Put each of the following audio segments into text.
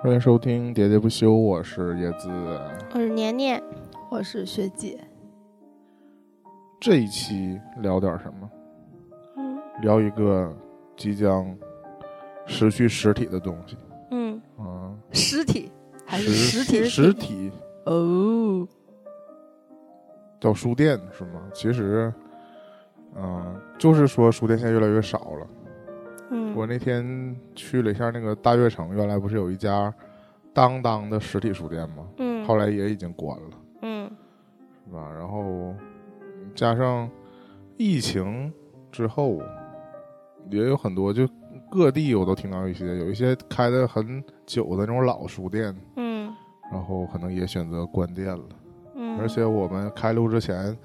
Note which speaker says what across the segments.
Speaker 1: 欢迎收听《喋喋不休》，我是叶子。
Speaker 2: 我是嗯年年，
Speaker 3: 我是学姐，
Speaker 1: 这一期聊点什么？
Speaker 2: 嗯
Speaker 1: 聊一个即将失去实体的东西
Speaker 2: 嗯，
Speaker 1: 啊，
Speaker 3: 尸体还是
Speaker 1: 实
Speaker 3: 实体？
Speaker 1: 实体
Speaker 3: 哦，
Speaker 1: 叫书店是吗？其实，嗯、就是说书店现在越来越少了。
Speaker 2: 嗯
Speaker 1: 我那天去了一下那个大悦城，原来不是有一家当当的实体书店吗？
Speaker 2: 嗯
Speaker 1: 后来也已经关了。
Speaker 2: 嗯
Speaker 1: 是吧？然后加上疫情之后，也有很多就各地我都听到一些，有一些开的很久的那种老书店，
Speaker 2: 嗯
Speaker 1: 然后可能也选择关店了。
Speaker 2: 嗯，
Speaker 1: 而且我们开录之前，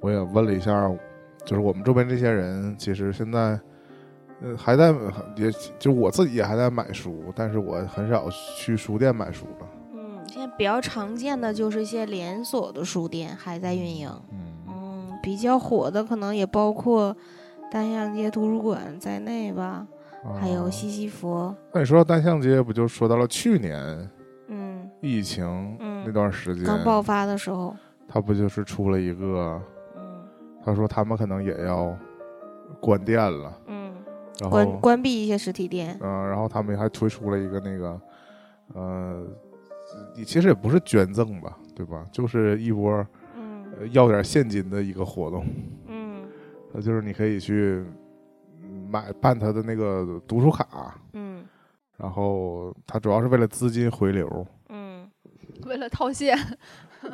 Speaker 1: 我也问了一下，就是我们周边这些人，其实现在。呃，还在，也就我自己也还在买书，但是我很少去书店买书了。
Speaker 2: 嗯，现在比较常见的就是一些连锁的书店还在运营，
Speaker 1: 嗯，
Speaker 2: 嗯，比较火的可能也包括单向街图书馆在内吧，还有
Speaker 1: 啊
Speaker 2: 西西弗，
Speaker 1: 那你说到单向街，不就说到了去年
Speaker 2: 嗯
Speaker 1: 疫情
Speaker 2: 嗯
Speaker 1: 那段时间，
Speaker 2: 刚爆发的时候，
Speaker 1: 他不就是出了一个，
Speaker 2: 嗯
Speaker 1: 他说他们可能也要关店了，
Speaker 2: 嗯，
Speaker 1: 然后
Speaker 2: 关关闭一些实体店，
Speaker 1: 嗯、然后他们还推出了一个那个，呃，也其实也不是捐赠吧，对吧？就是一波
Speaker 2: 嗯
Speaker 1: 呃要点现金的一个活动，
Speaker 2: 嗯
Speaker 1: 呃就是你可以去嗯买办他的那个读书卡，
Speaker 2: 嗯
Speaker 1: 然后他主要是为了资金回流，
Speaker 2: 嗯
Speaker 3: 为了套现，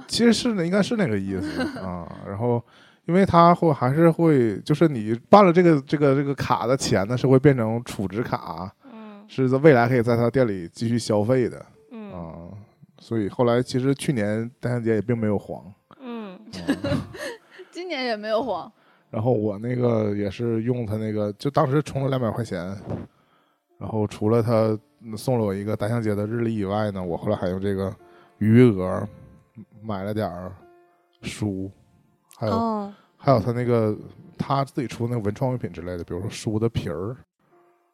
Speaker 1: 其实是那应该是那个意思 啊。然后，因为它会还是会，就是你办了这个这个这个卡的钱呢，是会变成储值卡，
Speaker 2: 嗯
Speaker 1: 是在未来可以在他店里继续消费的
Speaker 2: 嗯
Speaker 1: 啊。所以后来其实去年单向节也并没有黄。
Speaker 2: 嗯
Speaker 1: 啊
Speaker 3: 今年也没有黄，
Speaker 1: 然后我那个也是用他那个，就当时充了两百块钱，然后除了他嗯送了我一个单向节的日历以外呢，我后来还用这个余额买了点儿书，还有
Speaker 2: 哦
Speaker 1: 还有他那个他自己出那个文创用品之类的，比如说书的皮儿，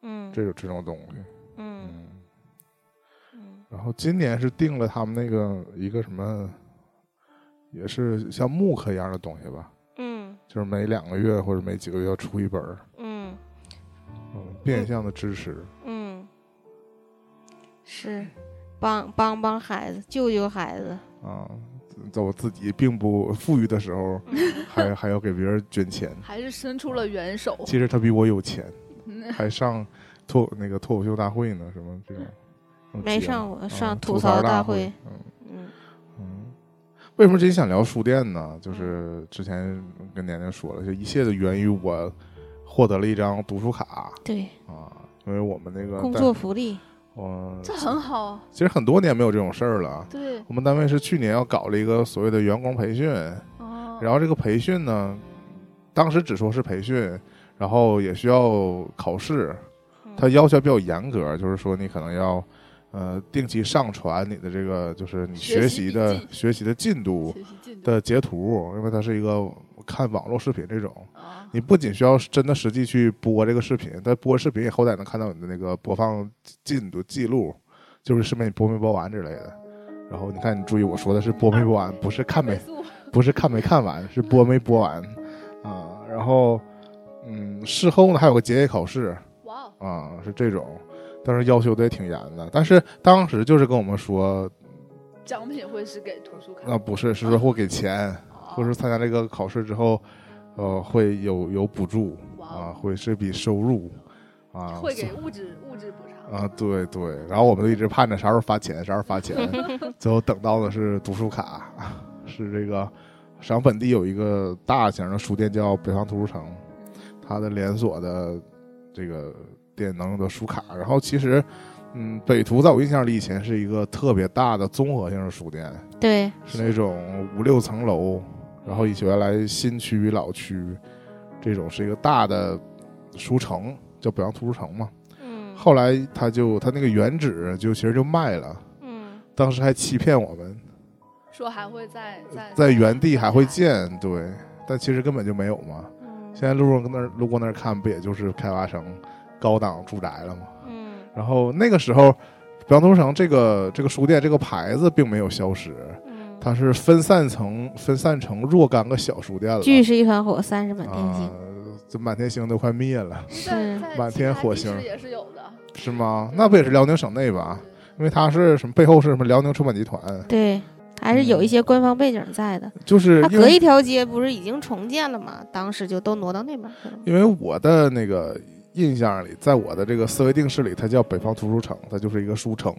Speaker 2: 嗯
Speaker 1: 这种这种东西。
Speaker 2: 嗯
Speaker 1: 嗯，
Speaker 2: 嗯
Speaker 1: 然后今年是定了他们那个一个什么，也是像木刻一样的东西吧，
Speaker 2: 嗯
Speaker 1: 就是每两个月或者每几个月要出一本儿，
Speaker 2: 嗯
Speaker 1: 嗯，变相的支持。
Speaker 2: 嗯，是帮帮帮孩子，救救孩子，
Speaker 1: 啊，在我自己并不富裕的时候，
Speaker 2: 嗯
Speaker 1: 还还要给别人捐钱。
Speaker 3: 还是伸出了援手。
Speaker 1: 其实他比我有钱，
Speaker 3: 嗯
Speaker 1: 还上脱那个脱口秀大会呢，什么这种。这种
Speaker 2: 没
Speaker 1: 节目
Speaker 2: 上过
Speaker 1: 啊
Speaker 2: 上吐
Speaker 1: 吐
Speaker 2: 槽大
Speaker 1: 大
Speaker 2: 会
Speaker 1: 嗯
Speaker 2: 嗯
Speaker 1: 嗯，为什么这期想聊书店呢？
Speaker 3: 嗯
Speaker 1: 就是之前跟年年说了，就一切的源于我获得了一张读书卡
Speaker 2: 对，
Speaker 1: 啊，因为我们那个
Speaker 2: 工
Speaker 1: 单
Speaker 2: 作，福利，
Speaker 1: 我
Speaker 3: 这很好，
Speaker 1: 其实很多年没有这种事儿了啊。
Speaker 3: 对，
Speaker 1: 我们单位是去年要搞了一个所谓的员工培训，
Speaker 3: 哦，
Speaker 1: 然后这个培训呢，当时只说是培训，然后也需要考试，
Speaker 3: 嗯
Speaker 1: 它要求比较严格，就是说你可能要。呃，定期上传你的这个就是你
Speaker 3: 学
Speaker 1: 学
Speaker 3: 习
Speaker 1: 习
Speaker 3: 笔
Speaker 1: 的
Speaker 3: 记
Speaker 1: 学习的进度，
Speaker 3: 学习进度
Speaker 1: 的呃截图，因为它是一个看网络视频这种，
Speaker 3: 啊，
Speaker 1: 你不仅需要真的实际去播这个视频，但播视频也好歹能看到你的那个播放进度记录，就是视频你播没播完之类的。然后你看，你注意我说的是播没播完，不是看没
Speaker 3: 倍，速
Speaker 1: 不是看没看完，是播没播完啊。然后，嗯，事后呢还有个结业考试，
Speaker 3: 哇哦，
Speaker 1: 啊，是这种，但是要求的也挺严的。但是当时就是跟我们说，
Speaker 3: 奖品会是给图书
Speaker 1: 那、
Speaker 3: 馆，
Speaker 1: 啊不是，是说会给钱，
Speaker 3: 哦
Speaker 1: 或者说参加这个考试之后，呃，会有有补助
Speaker 3: 哇
Speaker 1: 啊，
Speaker 3: 哦，
Speaker 1: 会是笔收入啊，
Speaker 3: 会给物质物质补偿，
Speaker 1: 啊，对对，然后我们就一直盼着啥时候发钱，啥时候发钱， 最后等到的是读书卡，是这个上本地有一个大型的书店叫北方图书城，它的连锁的这个店能用的书卡，然后其实。嗯，北图在我印象里以前是一个特别大的综合性的书店，
Speaker 2: 对，
Speaker 1: 是那种五六层楼，然后以前原来新区与老区这种是一个大的书城，叫北洋图书城嘛。
Speaker 2: 嗯
Speaker 1: 后来他就他那个原址就其实就卖了，
Speaker 2: 嗯
Speaker 1: 当时还欺骗我们，
Speaker 3: 说还会在在
Speaker 1: 呃在原地还会，建，对，但其实根本就没有嘛。
Speaker 2: 嗯
Speaker 1: 现在路上跟那儿路过那儿看，不也就是开发成高档住宅了吗？
Speaker 2: 嗯
Speaker 1: 然后那个时候北方图书城这个这个书店这个牌子并没有消失，
Speaker 2: 嗯，
Speaker 1: 它是分散成分散成若干个小书店了。
Speaker 2: 聚是一团火，散是满天
Speaker 1: 啊
Speaker 2: 星。，
Speaker 1: 这满天星都快灭了，
Speaker 3: 在
Speaker 2: 是
Speaker 3: 在
Speaker 1: 满
Speaker 3: 其
Speaker 1: 天
Speaker 3: 他
Speaker 1: 火
Speaker 3: 地
Speaker 1: 星啊
Speaker 3: 市也是有的。
Speaker 1: 是吗？那不也是辽宁省内吧？因为它是什么背后是什么辽宁出版集团，
Speaker 2: 对，还是有一些官方背景在的。
Speaker 1: 就是
Speaker 2: 它
Speaker 1: 嗯因
Speaker 2: 隔
Speaker 1: 为
Speaker 2: 一条街不是已经重建了吗？当时就都挪到那边去了吗。
Speaker 1: 因为我的那个印象里，在我的这个思维定式里，它叫北方图书城，它就是一个书城，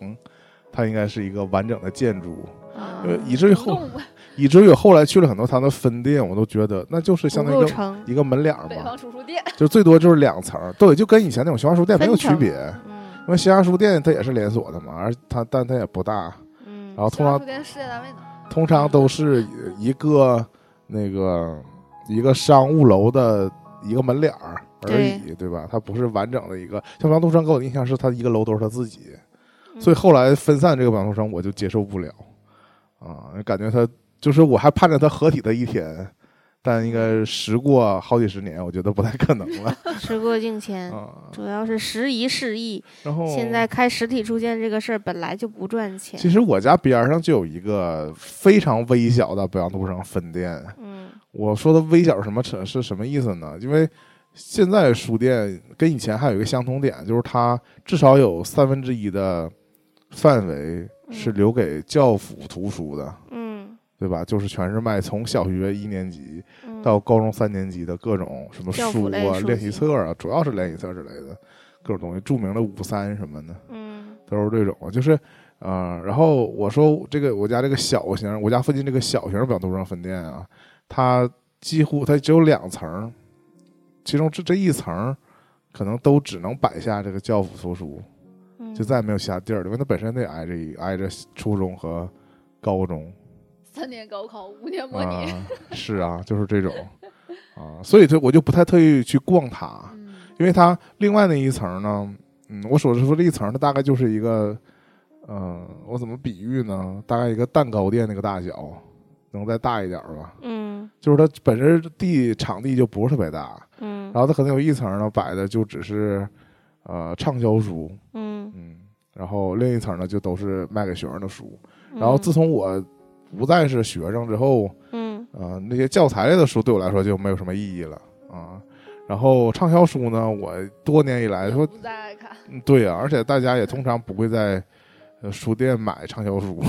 Speaker 1: 它应该是一个完整的建筑，
Speaker 2: 啊
Speaker 1: 因为以至于后
Speaker 3: 动物
Speaker 1: 以至于后来去了很多它的分店，我都觉得那就是相
Speaker 2: 不
Speaker 1: 当于
Speaker 2: 够
Speaker 1: 一个
Speaker 2: 成，
Speaker 1: 一个门脸儿
Speaker 3: 北
Speaker 1: 啊嘛，
Speaker 3: 方图书店，
Speaker 1: 就最多就是两层儿，对，就跟以前那种新华书店没有
Speaker 2: 分
Speaker 1: 区
Speaker 2: 层
Speaker 1: 别。
Speaker 2: 嗯
Speaker 1: 因为新华书店它也是连锁的嘛，而它但它也不大，
Speaker 2: 嗯
Speaker 1: 然，后
Speaker 3: 新
Speaker 1: 通
Speaker 3: 华
Speaker 1: 常
Speaker 3: 书店事业单位呢？
Speaker 1: 通常都是一个那个一个商务楼的一个门脸儿而已，对吧？它不是完整的一个。像王东升给我的印象是，他一个楼都是他自己，
Speaker 2: 嗯
Speaker 1: 所以后来分散这个王东升我就接受不了啊，感觉他就是我还盼着他合体的一天，但应该时过好几十年，我觉得不太可能 了
Speaker 2: 时过境迁，
Speaker 1: 啊。
Speaker 2: 主要是时移世易。
Speaker 1: 然后
Speaker 2: 现在开实体书店这个事儿本来就不赚钱。
Speaker 1: 其实我家边儿上就有一个非常微小的北洋图城分店，
Speaker 2: 嗯
Speaker 1: 我说的微小是什么扯是什么意思呢？因为现在书店跟以前还有一个相同点，就是它至少有三分之一的范围是留给教辅图书的，
Speaker 2: 嗯
Speaker 1: 对吧？就是全是卖从小学一年级
Speaker 2: 嗯，
Speaker 1: 到高中三年级的各种什么
Speaker 2: 教
Speaker 1: 书
Speaker 2: 辅类
Speaker 1: 啊、
Speaker 2: 书
Speaker 1: 练习
Speaker 2: 籍
Speaker 1: 册啊，主要是练习册之类的各种东西，著名的五三什么的。
Speaker 2: 嗯
Speaker 1: 都是这种，就是，呃，然后我说这个我家这个小型，我家附近这个小型表图上分店啊，它几乎它只有两层儿，其中这这一层儿可能都只能摆下这个教辅图书，
Speaker 2: 嗯，
Speaker 1: 就再也没有其他地儿了，因为它本身得挨着一挨着初中和高中
Speaker 3: 三年高考，五年模
Speaker 1: 啊
Speaker 3: 拟。，
Speaker 1: 是啊，就是这种啊，所以它我就不太特意去逛它，
Speaker 3: 嗯，
Speaker 1: 因为它另外那一层呢，嗯，我所说这一层，它大概就是一个，呃，我怎么比喻呢？大概一个蛋糕店那个大小，能再大一点儿吧。
Speaker 2: 嗯
Speaker 1: 就是它本身地场地就不是特别大，
Speaker 2: 嗯
Speaker 1: 然后它可能有一层呢摆的就只是，呃，畅销书，
Speaker 2: 嗯，
Speaker 1: 嗯，然后另一层呢就都是卖给学生的书。
Speaker 2: 嗯
Speaker 1: 然后自从我不再是学生之后，
Speaker 2: 嗯
Speaker 1: 呃，那些教材类的书对我来说就没有什么意义了啊。然后畅销书呢，我多年以来
Speaker 3: 也
Speaker 1: 说
Speaker 3: 不再爱看，
Speaker 1: 嗯对呀、而且大家也通常不会在呃书店买畅销书，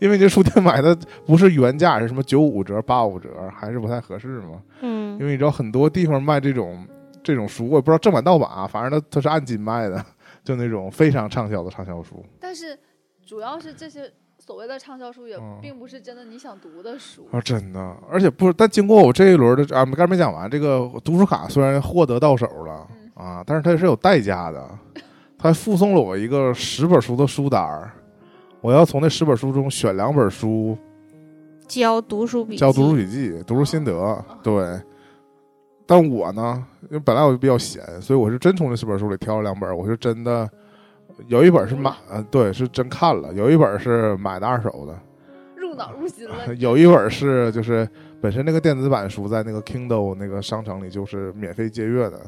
Speaker 1: 因为这书店买的不是原价，是什么九五折、八五折，还是不太合适嘛。因
Speaker 2: 嗯
Speaker 1: 为你知道很多地方卖这种这种书，我也不知道正版盗版啊，反正它它是按斤卖的，就那种非常畅销的畅销书。
Speaker 3: 但是主要是这些所谓的畅销书也
Speaker 1: 嗯
Speaker 3: 并不是真的你想读的书。
Speaker 1: 啊，真的，而且不是，但经过我这一轮的啊，没刚才没讲完，这个读书卡虽然获得到手了
Speaker 2: 嗯
Speaker 1: 啊，但是它是有代价 的，它还附送了我一个十本书的书单儿，我要从那十本书中选两本书
Speaker 2: 教读书笔记，
Speaker 1: 叫
Speaker 2: 哦
Speaker 1: 读书笔记、读书心得，对。但我呢，因为本来我就比较闲，所以我是真从这十本书里挑了两本儿，我是真的有一本是买，呃对，是真看了，有一本是买的二手的，。
Speaker 3: 入脑入心了
Speaker 1: 有一本是就是本身那个电子版书在那个 Kindle 那个商城里就是免费借阅的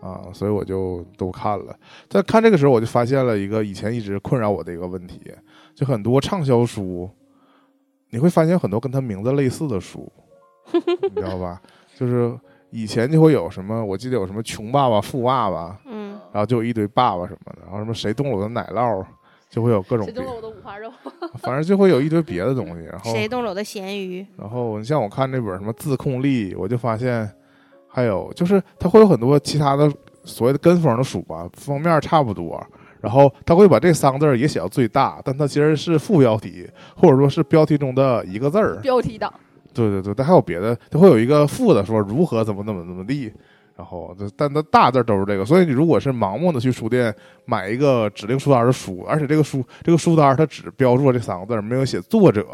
Speaker 3: 哦
Speaker 1: 啊，所以我就都看了。在看这个时候，我就发现了一个以前一直困扰我的一个问题，就很多畅销书，你会发现有很多跟它名字类似的书，你知道吧？就是以前就会有什么，我记得有什么穷爸爸、富爸爸，
Speaker 2: 嗯
Speaker 1: 然后就有一堆爸爸什么的，然后什么谁动了我的奶酪，就会有各种
Speaker 3: 嗯谁
Speaker 1: 别
Speaker 3: 动，了我的五花 肉？
Speaker 1: 反正就会有一堆别的东西，然后
Speaker 2: 谁动了我的咸鱼？
Speaker 1: 然后你像我看这本什么自控力，我就发现还有就是它会有很多其他的所谓的跟风的书吧，封面差不多，然后它会把这三个字儿也写到最大，但它其实是副标题或者说是标题中的一个字儿。
Speaker 3: 标题党，
Speaker 1: 对对对，但还有别的，它会有一个副的说如何怎么怎么怎么地。然后这，但它大字儿都是这个，所以你如果是盲目的去书店买一个指定书单的书，而且这个书这个书单它只标注了这三个字儿，没有写作者，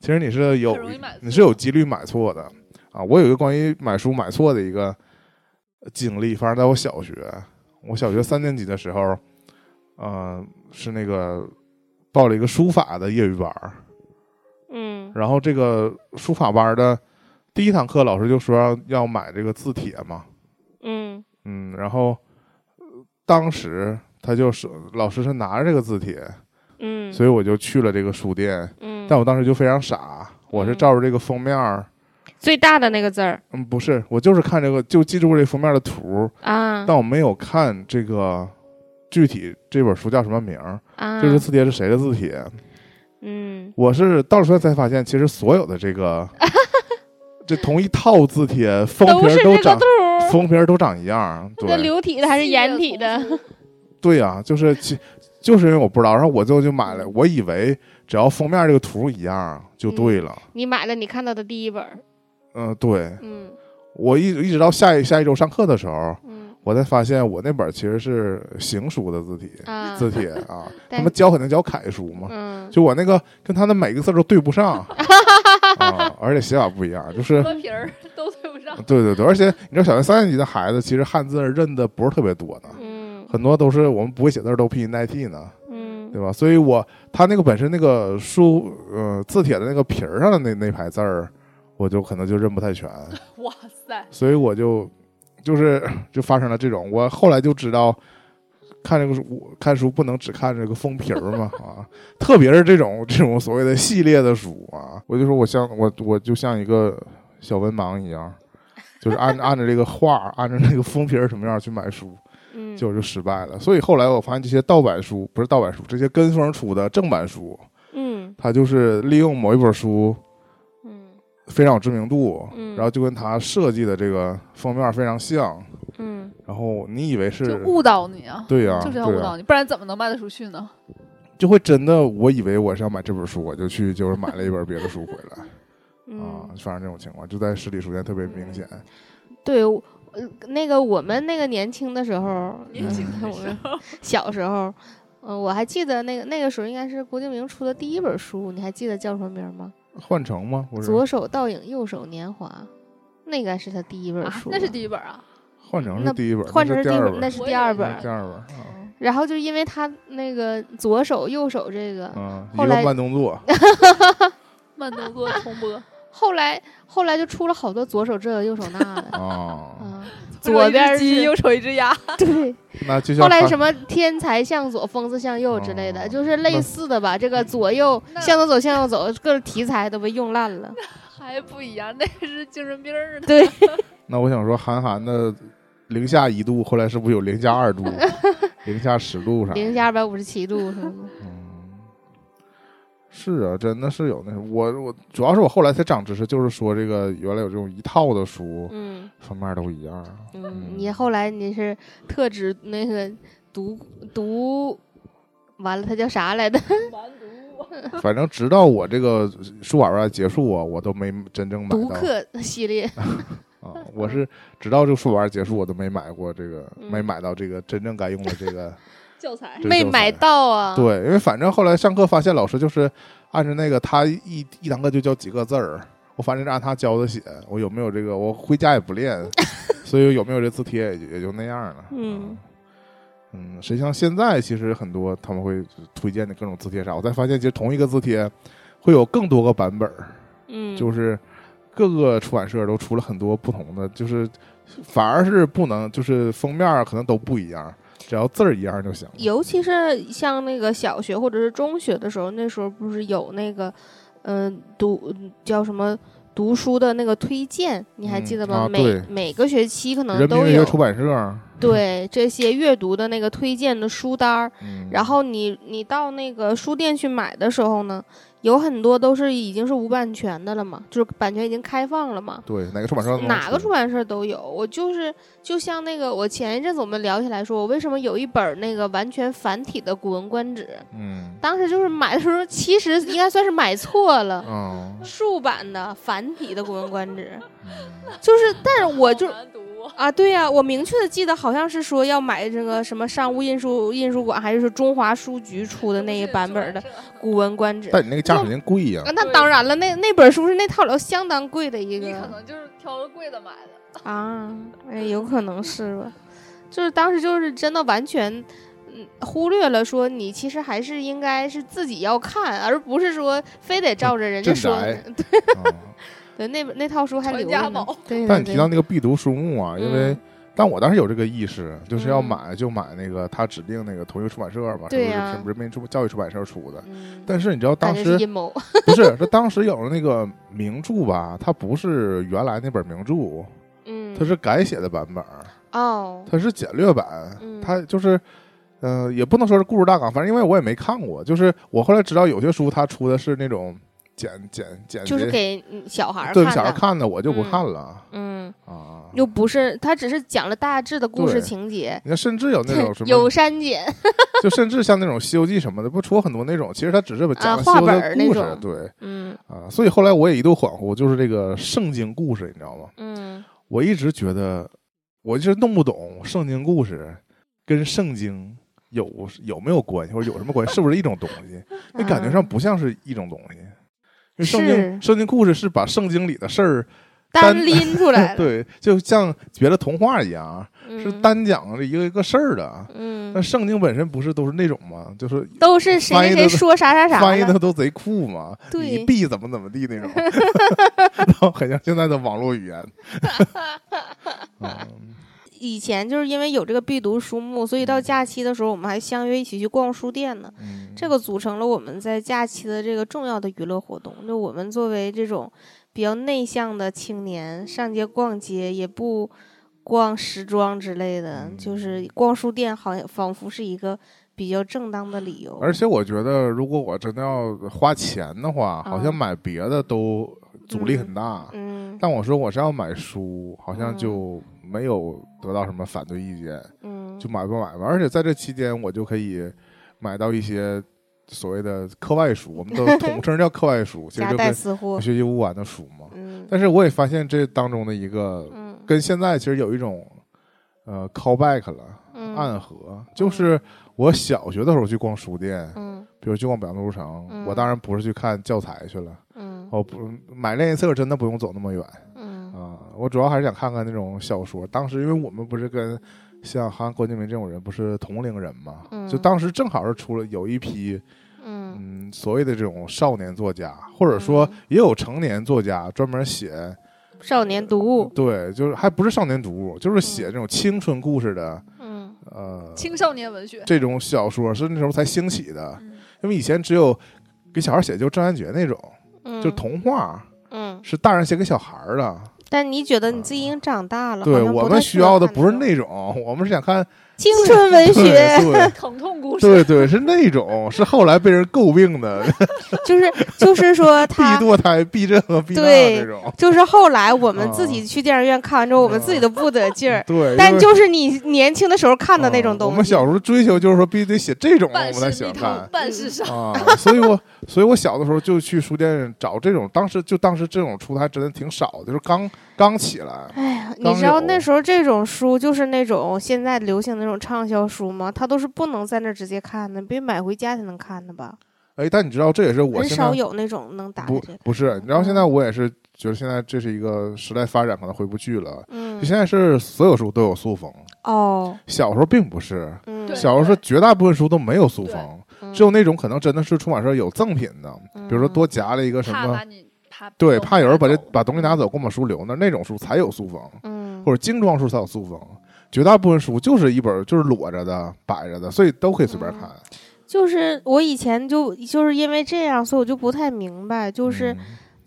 Speaker 1: 其实你是有
Speaker 3: 很容易买错
Speaker 1: 你是有几率买错的啊。我有一个关于买书买错的一个经历，发生在我小学，我小学三年级的时候，呃，是那个报了一个书法的业余班儿，
Speaker 2: 嗯
Speaker 1: 然后这个书法班的第一堂课，老师就说要要买这个字帖嘛，
Speaker 2: 嗯
Speaker 1: 嗯，然后呃当时他就是老师是拿着这个字帖，
Speaker 2: 嗯，
Speaker 1: 所以我就去了这个书店，
Speaker 2: 嗯，
Speaker 1: 但我当时就非常傻，我是照着这个封面儿，
Speaker 2: 最大的那个字儿
Speaker 1: 嗯，不是，我就是看这个，就记住这封面的图，
Speaker 4: 嗯
Speaker 2: 啊
Speaker 1: 但我没有看这个具体这本书叫什么名儿，
Speaker 2: 啊，
Speaker 4: 嗯
Speaker 1: 这个字帖是谁的字帖。
Speaker 2: 嗯
Speaker 1: 我是到了书店才发现，其实所有的这 个这同一套字帖封皮
Speaker 4: 都
Speaker 1: 儿
Speaker 4: 是
Speaker 1: 都
Speaker 4: 这个
Speaker 1: 长
Speaker 4: 肚，儿，
Speaker 1: 封皮儿都长一样儿，
Speaker 4: 那
Speaker 1: 对
Speaker 4: 流体的还是
Speaker 3: 眼
Speaker 4: 眼体的？，
Speaker 1: 对呀、就是其就是因为我不知道，然后我最后就买了，我以为只要封面这个图一样就
Speaker 4: 嗯
Speaker 1: 对了，
Speaker 4: 你买了你看到的第一本儿，
Speaker 1: 嗯、对。
Speaker 4: 嗯
Speaker 1: 我一直一直到下一下一周上课的时候，
Speaker 4: 嗯
Speaker 1: 我才发现我那本其实是行书的字体，
Speaker 4: 啊，
Speaker 1: 字帖啊，
Speaker 4: 对
Speaker 1: 他们教肯定教楷书嘛，
Speaker 4: 嗯，
Speaker 1: 就我那个跟他的每个字都对 不上，啊，而且写法不一样，就是
Speaker 3: 和皮儿 都对不 上。
Speaker 1: 对对对，而且你知道小学三年级的孩子其实汉字认的不是特别多呢，
Speaker 4: 嗯
Speaker 1: 很多都是我们不会写字儿都拼音代替呢，
Speaker 4: 嗯
Speaker 1: 对吧？所以我他那个本身那个书呃字帖的那个皮儿上的那那排字儿，我就可能就认不太全。
Speaker 3: 哇塞，
Speaker 1: 所以我就就是就发生了这种，我后来就知道看这个书我看书不能只看这个封皮儿嘛啊，特别是这种这种所谓的系列的书啊，我就说我像我我就像一个小文盲一样，就是按按着这个画儿，按照那个封皮儿什么样去买书，
Speaker 4: 嗯，
Speaker 1: 结果就失败了。所以后来我发现这些盗版书不是盗版书，这些跟风出的正版书，
Speaker 4: 嗯
Speaker 1: 它就是利用某一本书
Speaker 4: 嗯
Speaker 1: 非常有知名度。
Speaker 4: 嗯，
Speaker 1: 然后就跟它设计的这个封面非常像，
Speaker 4: 嗯
Speaker 1: 然后你以为是
Speaker 3: 就误导你啊！
Speaker 1: 对呀、
Speaker 3: 就是
Speaker 1: 对
Speaker 3: 要误导
Speaker 1: 呀，
Speaker 3: 你，不然怎么能卖得出去呢？
Speaker 1: 就会真的，我以为我是要买这本书， 我就去就是买了一本别的书回来、啊
Speaker 4: 嗯，，
Speaker 1: 发生这种情况就在实体书店特别明显。
Speaker 4: 对，我呃那个我们那个年轻的时候，嗯
Speaker 3: 年轻的时候，
Speaker 4: 小时候，嗯，我还记得那个那个时候应该是郭敬明出的第一本书，你还记得叫什么名儿吗？
Speaker 1: 换乘吗？不是，
Speaker 4: 左手倒影，右手年华，那应该是他第一本
Speaker 3: 啊
Speaker 4: 书了、
Speaker 3: 那是第一本啊，
Speaker 1: 换乘
Speaker 4: 那
Speaker 1: 是第一本，
Speaker 4: 换成
Speaker 1: 那
Speaker 4: 是
Speaker 1: 是
Speaker 4: 第
Speaker 1: 第
Speaker 4: 一
Speaker 1: 二
Speaker 4: 本，那是
Speaker 3: 我
Speaker 4: 第
Speaker 3: 也
Speaker 4: 二
Speaker 3: 是
Speaker 4: 本儿。
Speaker 1: 那是第二本啊
Speaker 3: 嗯
Speaker 4: 然后就因为他那个左手右手这个，
Speaker 1: 啊，嗯，
Speaker 4: 后
Speaker 1: 一
Speaker 4: 来
Speaker 1: 个慢动作，
Speaker 3: 慢动作重播，
Speaker 4: 后来后来就出了好多左手这个右手那 的
Speaker 2: 嗯
Speaker 1: 啊，
Speaker 4: 啊，
Speaker 3: 左
Speaker 4: 左
Speaker 3: 一
Speaker 4: 边儿
Speaker 3: 只鸡，
Speaker 4: 是
Speaker 3: 右手一只鸭，
Speaker 4: 对，
Speaker 1: 那就像
Speaker 4: 后来
Speaker 1: 他
Speaker 4: 什么天才向左，疯子向右之类的，
Speaker 1: 哦
Speaker 4: 就是类
Speaker 1: 那
Speaker 4: 似的吧。这个左右
Speaker 3: 那
Speaker 4: 向左走，向右走，各种题材都被用烂了。
Speaker 1: 啊
Speaker 3: 还不一样，那是精神病儿呢。
Speaker 4: 对，
Speaker 1: 那我想说，韩寒的零下一度，后来是不是有零下二度、零下十度啥的？
Speaker 4: 零下二百五十七度什么 的。
Speaker 1: 嗯，是啊，真的是有那我我主要是我后来才长知识，就是说这个原来有这种一套的书，
Speaker 4: 嗯
Speaker 1: 封面都一样。
Speaker 4: 嗯，你后来你是特指那个读读，完了他叫啥来着？
Speaker 3: 完犊子
Speaker 1: 反正直到我这个书玩玩结束啊，我都没真正买
Speaker 4: 读
Speaker 1: 到
Speaker 4: 客系列。
Speaker 1: 啊。我是直到这个书玩结束，我都没买过这个，
Speaker 4: 嗯
Speaker 1: 没买到这个真正该用的这个。
Speaker 3: 教材
Speaker 1: 这
Speaker 4: 没
Speaker 1: 教
Speaker 4: 买
Speaker 1: 材
Speaker 4: 到啊。
Speaker 1: 对，因为反正后来上课发现老师就是按照那个他一一堂课就教几个字儿，我反正是按他教的写。我有没有这个，我回家也不 练，所以有没有这字帖也就也就那样了。啊
Speaker 4: 嗯
Speaker 1: 嗯，谁像现在其实很多他们会推荐的各种字帖啥，我才发现其实同一个字帖会有更多个版本儿，
Speaker 4: 嗯，
Speaker 1: 就是各个出版社都出了很多不同的，就是反而是不能就是封面儿可能都不一样，只要字儿一样就行了。
Speaker 2: 尤其是像那个小学或者是中学的时候，那时候不是有那个，嗯、读叫什么读书的那个推荐，你还记得吗？
Speaker 1: 嗯啊
Speaker 2: 每
Speaker 1: 对
Speaker 2: 每个学期可能
Speaker 1: 人民
Speaker 2: 都
Speaker 1: 文学
Speaker 2: 有
Speaker 1: 出版社，
Speaker 2: 对这些阅读的那个推荐的书单儿。
Speaker 1: 嗯，
Speaker 2: 然后你你到那个书店去买的时候呢，有很多都是已经是无版权的了嘛，就是版权已经开放了嘛。
Speaker 1: 对，哪个出版社都能
Speaker 2: 哪个出
Speaker 1: 出？
Speaker 2: 版社都有。我就是就像那个，我前一阵子我们聊起来说，我为什么有一本那个完全繁体的《古文观止》，
Speaker 1: 嗯
Speaker 2: 当时就是买的时候，其实应该算是买错 了。
Speaker 1: 嗯
Speaker 2: 竖版的繁体的《古文观止
Speaker 1: 嗯》，
Speaker 2: 就是，但是我就
Speaker 3: 好难读，
Speaker 2: 啊，对呀、我明确的记得好像是说要买这个什么商务印书印书馆，还是说中华书局出 的那一版本的《古文观止》
Speaker 1: 但你那个价肯定贵呀
Speaker 2: 啊。那当然了，那那本书是那套楼相当贵的一个。
Speaker 3: 你可能就是挑个贵的买的。
Speaker 2: 啊，哎，有可能是吧，就是当时就是真的完全，嗯，忽略了说你其实还是应该是自己要看，而不是说非得照着人家
Speaker 1: 镇
Speaker 2: 说的
Speaker 1: 宅。
Speaker 2: 对
Speaker 1: 啊
Speaker 2: 对，那本那套书还
Speaker 3: 传
Speaker 2: 留
Speaker 3: 家
Speaker 2: 着呢
Speaker 3: 宝。
Speaker 2: 对对
Speaker 1: 但你提
Speaker 2: 对
Speaker 1: 到那个必读书目啊，因为
Speaker 2: 嗯
Speaker 1: 但我当时有这个意识，就是要
Speaker 2: 嗯
Speaker 1: 买就买那个他指定那个同一个出版社嘛，
Speaker 2: 对
Speaker 1: 是不
Speaker 2: 呀
Speaker 1: 是是人民出教育出版社出的？
Speaker 4: 嗯，
Speaker 1: 但是你知道
Speaker 4: 感
Speaker 1: 当
Speaker 4: 觉
Speaker 1: 时
Speaker 4: 是阴谋，
Speaker 1: 不是，这当时有的那个名著吧，它不是原来那本名著，
Speaker 2: 嗯，
Speaker 1: 它是改写的版本儿，
Speaker 2: 哦，
Speaker 1: 它是简略版，
Speaker 2: 嗯
Speaker 1: 它就是。呃，也不能说是故事大纲，反正因为我也没看过，就是我后来知道有些书它出的是那种简简简洁，
Speaker 2: 就是给嗯小孩儿
Speaker 1: 对
Speaker 2: 看
Speaker 1: 小孩
Speaker 2: 的，
Speaker 1: 看的，我就不
Speaker 2: 嗯
Speaker 1: 看了、
Speaker 2: 嗯，
Speaker 1: 啊。
Speaker 2: 又不是他只是讲了大致的故
Speaker 1: 对
Speaker 2: 事情节，
Speaker 1: 你看，甚至有那 种什么，
Speaker 2: 有删减，
Speaker 1: 就甚至像那种《西游记》什么的，不出很多那种，其实它只是讲
Speaker 2: 啊
Speaker 1: 西游
Speaker 2: 画本
Speaker 1: 的
Speaker 2: 儿那
Speaker 1: 故事，
Speaker 2: 种
Speaker 1: 对
Speaker 2: 嗯
Speaker 1: 啊。所以后来我也一度恍惚，就是这个圣经故事，你知道吗？
Speaker 2: 嗯，
Speaker 1: 我一直觉得，我一直弄不懂圣经故事跟圣经有有没有关系，或者有什么关系，是不是一种东西？那哎感觉上不像是一种东西。因为圣经
Speaker 2: 嗯是
Speaker 1: 圣经故事是把圣经里的事儿，单
Speaker 2: 单拎出来 了，
Speaker 1: 对，就像别的童话一样，啊是
Speaker 2: 嗯
Speaker 1: 单讲这一个一个事儿的。
Speaker 2: 嗯
Speaker 1: 那，圣经本身不是都是那种吗？就是
Speaker 2: 都是谁
Speaker 1: 翻译
Speaker 2: 谁
Speaker 1: 的
Speaker 2: 谁说啥啥啥
Speaker 1: 翻译
Speaker 2: 了，
Speaker 1: 的都贼酷嘛，
Speaker 2: 对
Speaker 1: 你必怎么怎么地 那种，然后很像现在的网络语言。嗯
Speaker 2: 以前就是因为有这个必读书目，所以到假期的时候，我们还相约一起去逛书店呢。
Speaker 1: 嗯
Speaker 2: 这个组成了我们在假期的这个重要的娱乐活动。就我们作为这种比较内向的青年，上街逛街也不逛时装之类的，
Speaker 1: 嗯
Speaker 2: 就是逛书店，好像仿佛是一个比较正当的理由。
Speaker 1: 而且我觉得，如果我真的要花钱的话，好像
Speaker 2: 嗯
Speaker 1: 买别的都阻力很大。
Speaker 2: 嗯
Speaker 1: 但我说我是要买书，好像
Speaker 2: 嗯
Speaker 1: 就没有得到什么反对意见，
Speaker 2: 嗯
Speaker 1: 就买不买吧。而且在这期间，我就可以买到一些所谓的课外书，我们都统称叫课外 书，其实
Speaker 2: 夹
Speaker 1: 就
Speaker 2: 带
Speaker 1: 跟
Speaker 2: 私货。
Speaker 1: 学习不完的书嘛。
Speaker 2: 嗯
Speaker 1: 但是我也发现这当中的一个
Speaker 2: 嗯
Speaker 1: 跟现在其实有一种呃 callback 了，
Speaker 2: 嗯
Speaker 1: 暗合，就是我小学的时候去逛书店，
Speaker 2: 嗯
Speaker 1: 比如去逛北洋图书城，
Speaker 2: 嗯
Speaker 1: 我当然不是去看教材去了，
Speaker 2: 嗯
Speaker 1: 我不买练习册真的不用走那么远
Speaker 2: 嗯
Speaker 1: 啊，我主要还是想看看那种小说。当时因为我们不是跟像韩郭敬明这种人不是同龄人嘛，
Speaker 2: 嗯
Speaker 1: 就当时正好是出了有一批
Speaker 2: 嗯
Speaker 1: 嗯所谓的这种少年作家，或者说
Speaker 2: 嗯
Speaker 1: 也有成年作家专门写。
Speaker 2: 少年读嗯物。
Speaker 1: 对，就是还不是少年读物，就是写这种青春故事的，
Speaker 2: 嗯
Speaker 1: 呃，
Speaker 3: 青少年文学。
Speaker 1: 这种小说是那时候才兴起的，
Speaker 3: 嗯
Speaker 1: 因为以前只有给小孩写就郑渊洁那种，
Speaker 2: 嗯
Speaker 1: 就童话
Speaker 2: 嗯，
Speaker 1: 是大人写给小孩儿的。
Speaker 2: 但你觉得你自己已经长大了？好
Speaker 1: 对
Speaker 2: 像不
Speaker 1: 我
Speaker 2: 太
Speaker 1: 们需
Speaker 2: 适合
Speaker 1: 要的
Speaker 2: 看
Speaker 1: 不是
Speaker 2: 种
Speaker 1: 那种，我们是想看
Speaker 2: 青 春文
Speaker 1: 对
Speaker 2: 学。
Speaker 1: 对
Speaker 3: 疼痛故事，
Speaker 1: 对 对，是那种是后来被人诟病的
Speaker 2: 就是就是说
Speaker 1: 避
Speaker 2: 他。
Speaker 1: 堕胎、避这和避那
Speaker 2: 啊对
Speaker 1: 那种。
Speaker 2: 就是后来我们
Speaker 1: 啊。
Speaker 2: 自己去电影院看完之后，我们自己都不得劲儿
Speaker 1: 对，因
Speaker 2: 但
Speaker 1: 为
Speaker 2: 就是你年轻的时候看的那种
Speaker 1: 啊
Speaker 2: 东
Speaker 1: 嗯
Speaker 2: 西，
Speaker 1: 我们小时候追求就是说必须得写这种，我
Speaker 3: 半
Speaker 1: 们才喜
Speaker 3: 是
Speaker 1: 欢
Speaker 3: 蜜
Speaker 1: 看
Speaker 3: 糖，。半
Speaker 2: 嗯
Speaker 3: 是伤。
Speaker 1: 啊，所以我所以我小的时候就去书店找这种，当时就当时这种出的还真的挺少的，就是刚刚起来，
Speaker 2: 哎呀，
Speaker 1: 刚
Speaker 2: 你知道
Speaker 1: 有
Speaker 2: 那时候这种书就是那种现在流行的那种畅销书吗？它都是不能在那儿直接看的，必须买回家才能看的吧？
Speaker 1: 哎，但你知道这也是我
Speaker 2: 很
Speaker 1: 现
Speaker 2: 少
Speaker 1: 在
Speaker 2: 有那种能打开
Speaker 1: 不
Speaker 2: 这个。嗯
Speaker 1: 不是，你知道现在我也是觉得现在这是一个时代发展可能回不去了，
Speaker 2: 嗯
Speaker 1: 就，现在是所有书都有塑封，
Speaker 2: 哦，小
Speaker 1: 小时候并不是，
Speaker 2: 嗯，
Speaker 3: 对
Speaker 1: 小时候是绝大部分书都没有塑
Speaker 3: 对
Speaker 1: 封，
Speaker 2: 嗯
Speaker 1: 只有那种可能真的是出版社有赠品的，比如说多夹了一个什
Speaker 3: 怕
Speaker 1: 么
Speaker 3: 把。你怕
Speaker 1: 对，
Speaker 3: 懂
Speaker 1: 怕有人把这
Speaker 3: 懂
Speaker 1: 把东西拿走，光嗯把书留那儿那种书才有塑封。
Speaker 2: 嗯，
Speaker 1: 或者精装书才有塑封，绝大部分书就是一本就是裸着的、摆着的，所以都可以随便看。
Speaker 2: 就是我以前就就是因为这样，所以我就不太明白，就。
Speaker 1: 就是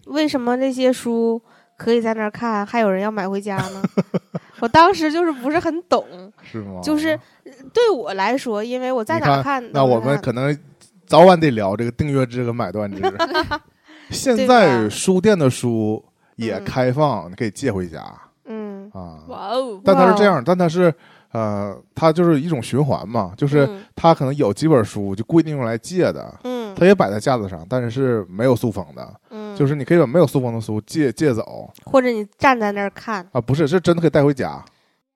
Speaker 2: 为什么那些书可以在那儿看，还有人要买回家 呢？我当时就是不是很懂，
Speaker 1: 是吗？
Speaker 2: 就是对我来说，因为我在
Speaker 1: 你看
Speaker 2: 哪儿看，
Speaker 1: 那我们可能早晚得聊这个订阅制跟买断制。现在书店的书也开放，你可以借回家
Speaker 2: 嗯，
Speaker 1: 啊。
Speaker 3: 哇哦，
Speaker 1: 但它是这样，但它是呃，它就是一种循环嘛，就是
Speaker 2: 嗯
Speaker 1: 它可能有几本书就固定用来借的，
Speaker 2: 嗯，
Speaker 1: 它也摆在架子上，但是是没有塑封的，
Speaker 2: 嗯
Speaker 1: 就是你可以把没有塑封的书借借走
Speaker 2: 或者你站在那儿看
Speaker 1: 啊，不是，是真的可以带回家。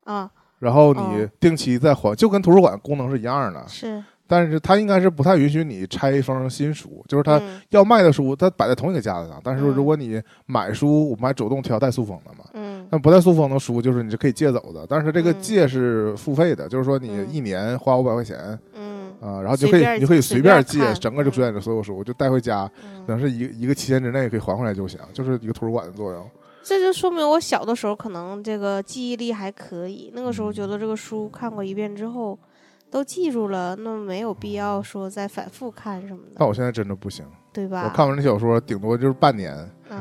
Speaker 2: 啊，
Speaker 1: 然后你
Speaker 2: 哦
Speaker 1: 定期再还，就跟图书馆功能是一样的，
Speaker 2: 是
Speaker 1: 但是它应该是不太允许你拆一封新书，就是它
Speaker 2: 嗯
Speaker 1: 要卖的书，它摆在同一个架子上。但是
Speaker 2: 嗯
Speaker 1: 如果你买书，我们还主动挑带塑封的嘛，
Speaker 2: 嗯
Speaker 1: 那不带塑封的书就是你是可以借走的，但是这个
Speaker 2: 嗯
Speaker 1: 借是付费的，就是说你
Speaker 2: 嗯
Speaker 1: 一年花五百块钱啊、
Speaker 2: 嗯
Speaker 1: 然后就可
Speaker 2: 随
Speaker 1: 以
Speaker 2: 便
Speaker 1: 你就可以随便
Speaker 2: 随便
Speaker 1: 借
Speaker 2: 看
Speaker 1: 整个这个书店里的所有书，就带回家，可 能
Speaker 2: 嗯，
Speaker 1: 是一个一个期限之内可以还回来就行，就是一个图书馆的作用。
Speaker 2: 这就说明我小的时候可能这个记忆力还可以，那个时候觉得这个书看过一遍之后都记住了，那没有必要说再反复看什么的，
Speaker 1: 但我现在真的不行，
Speaker 2: 对吧？
Speaker 1: 我看完这小说顶多就是半年，
Speaker 2: 嗯，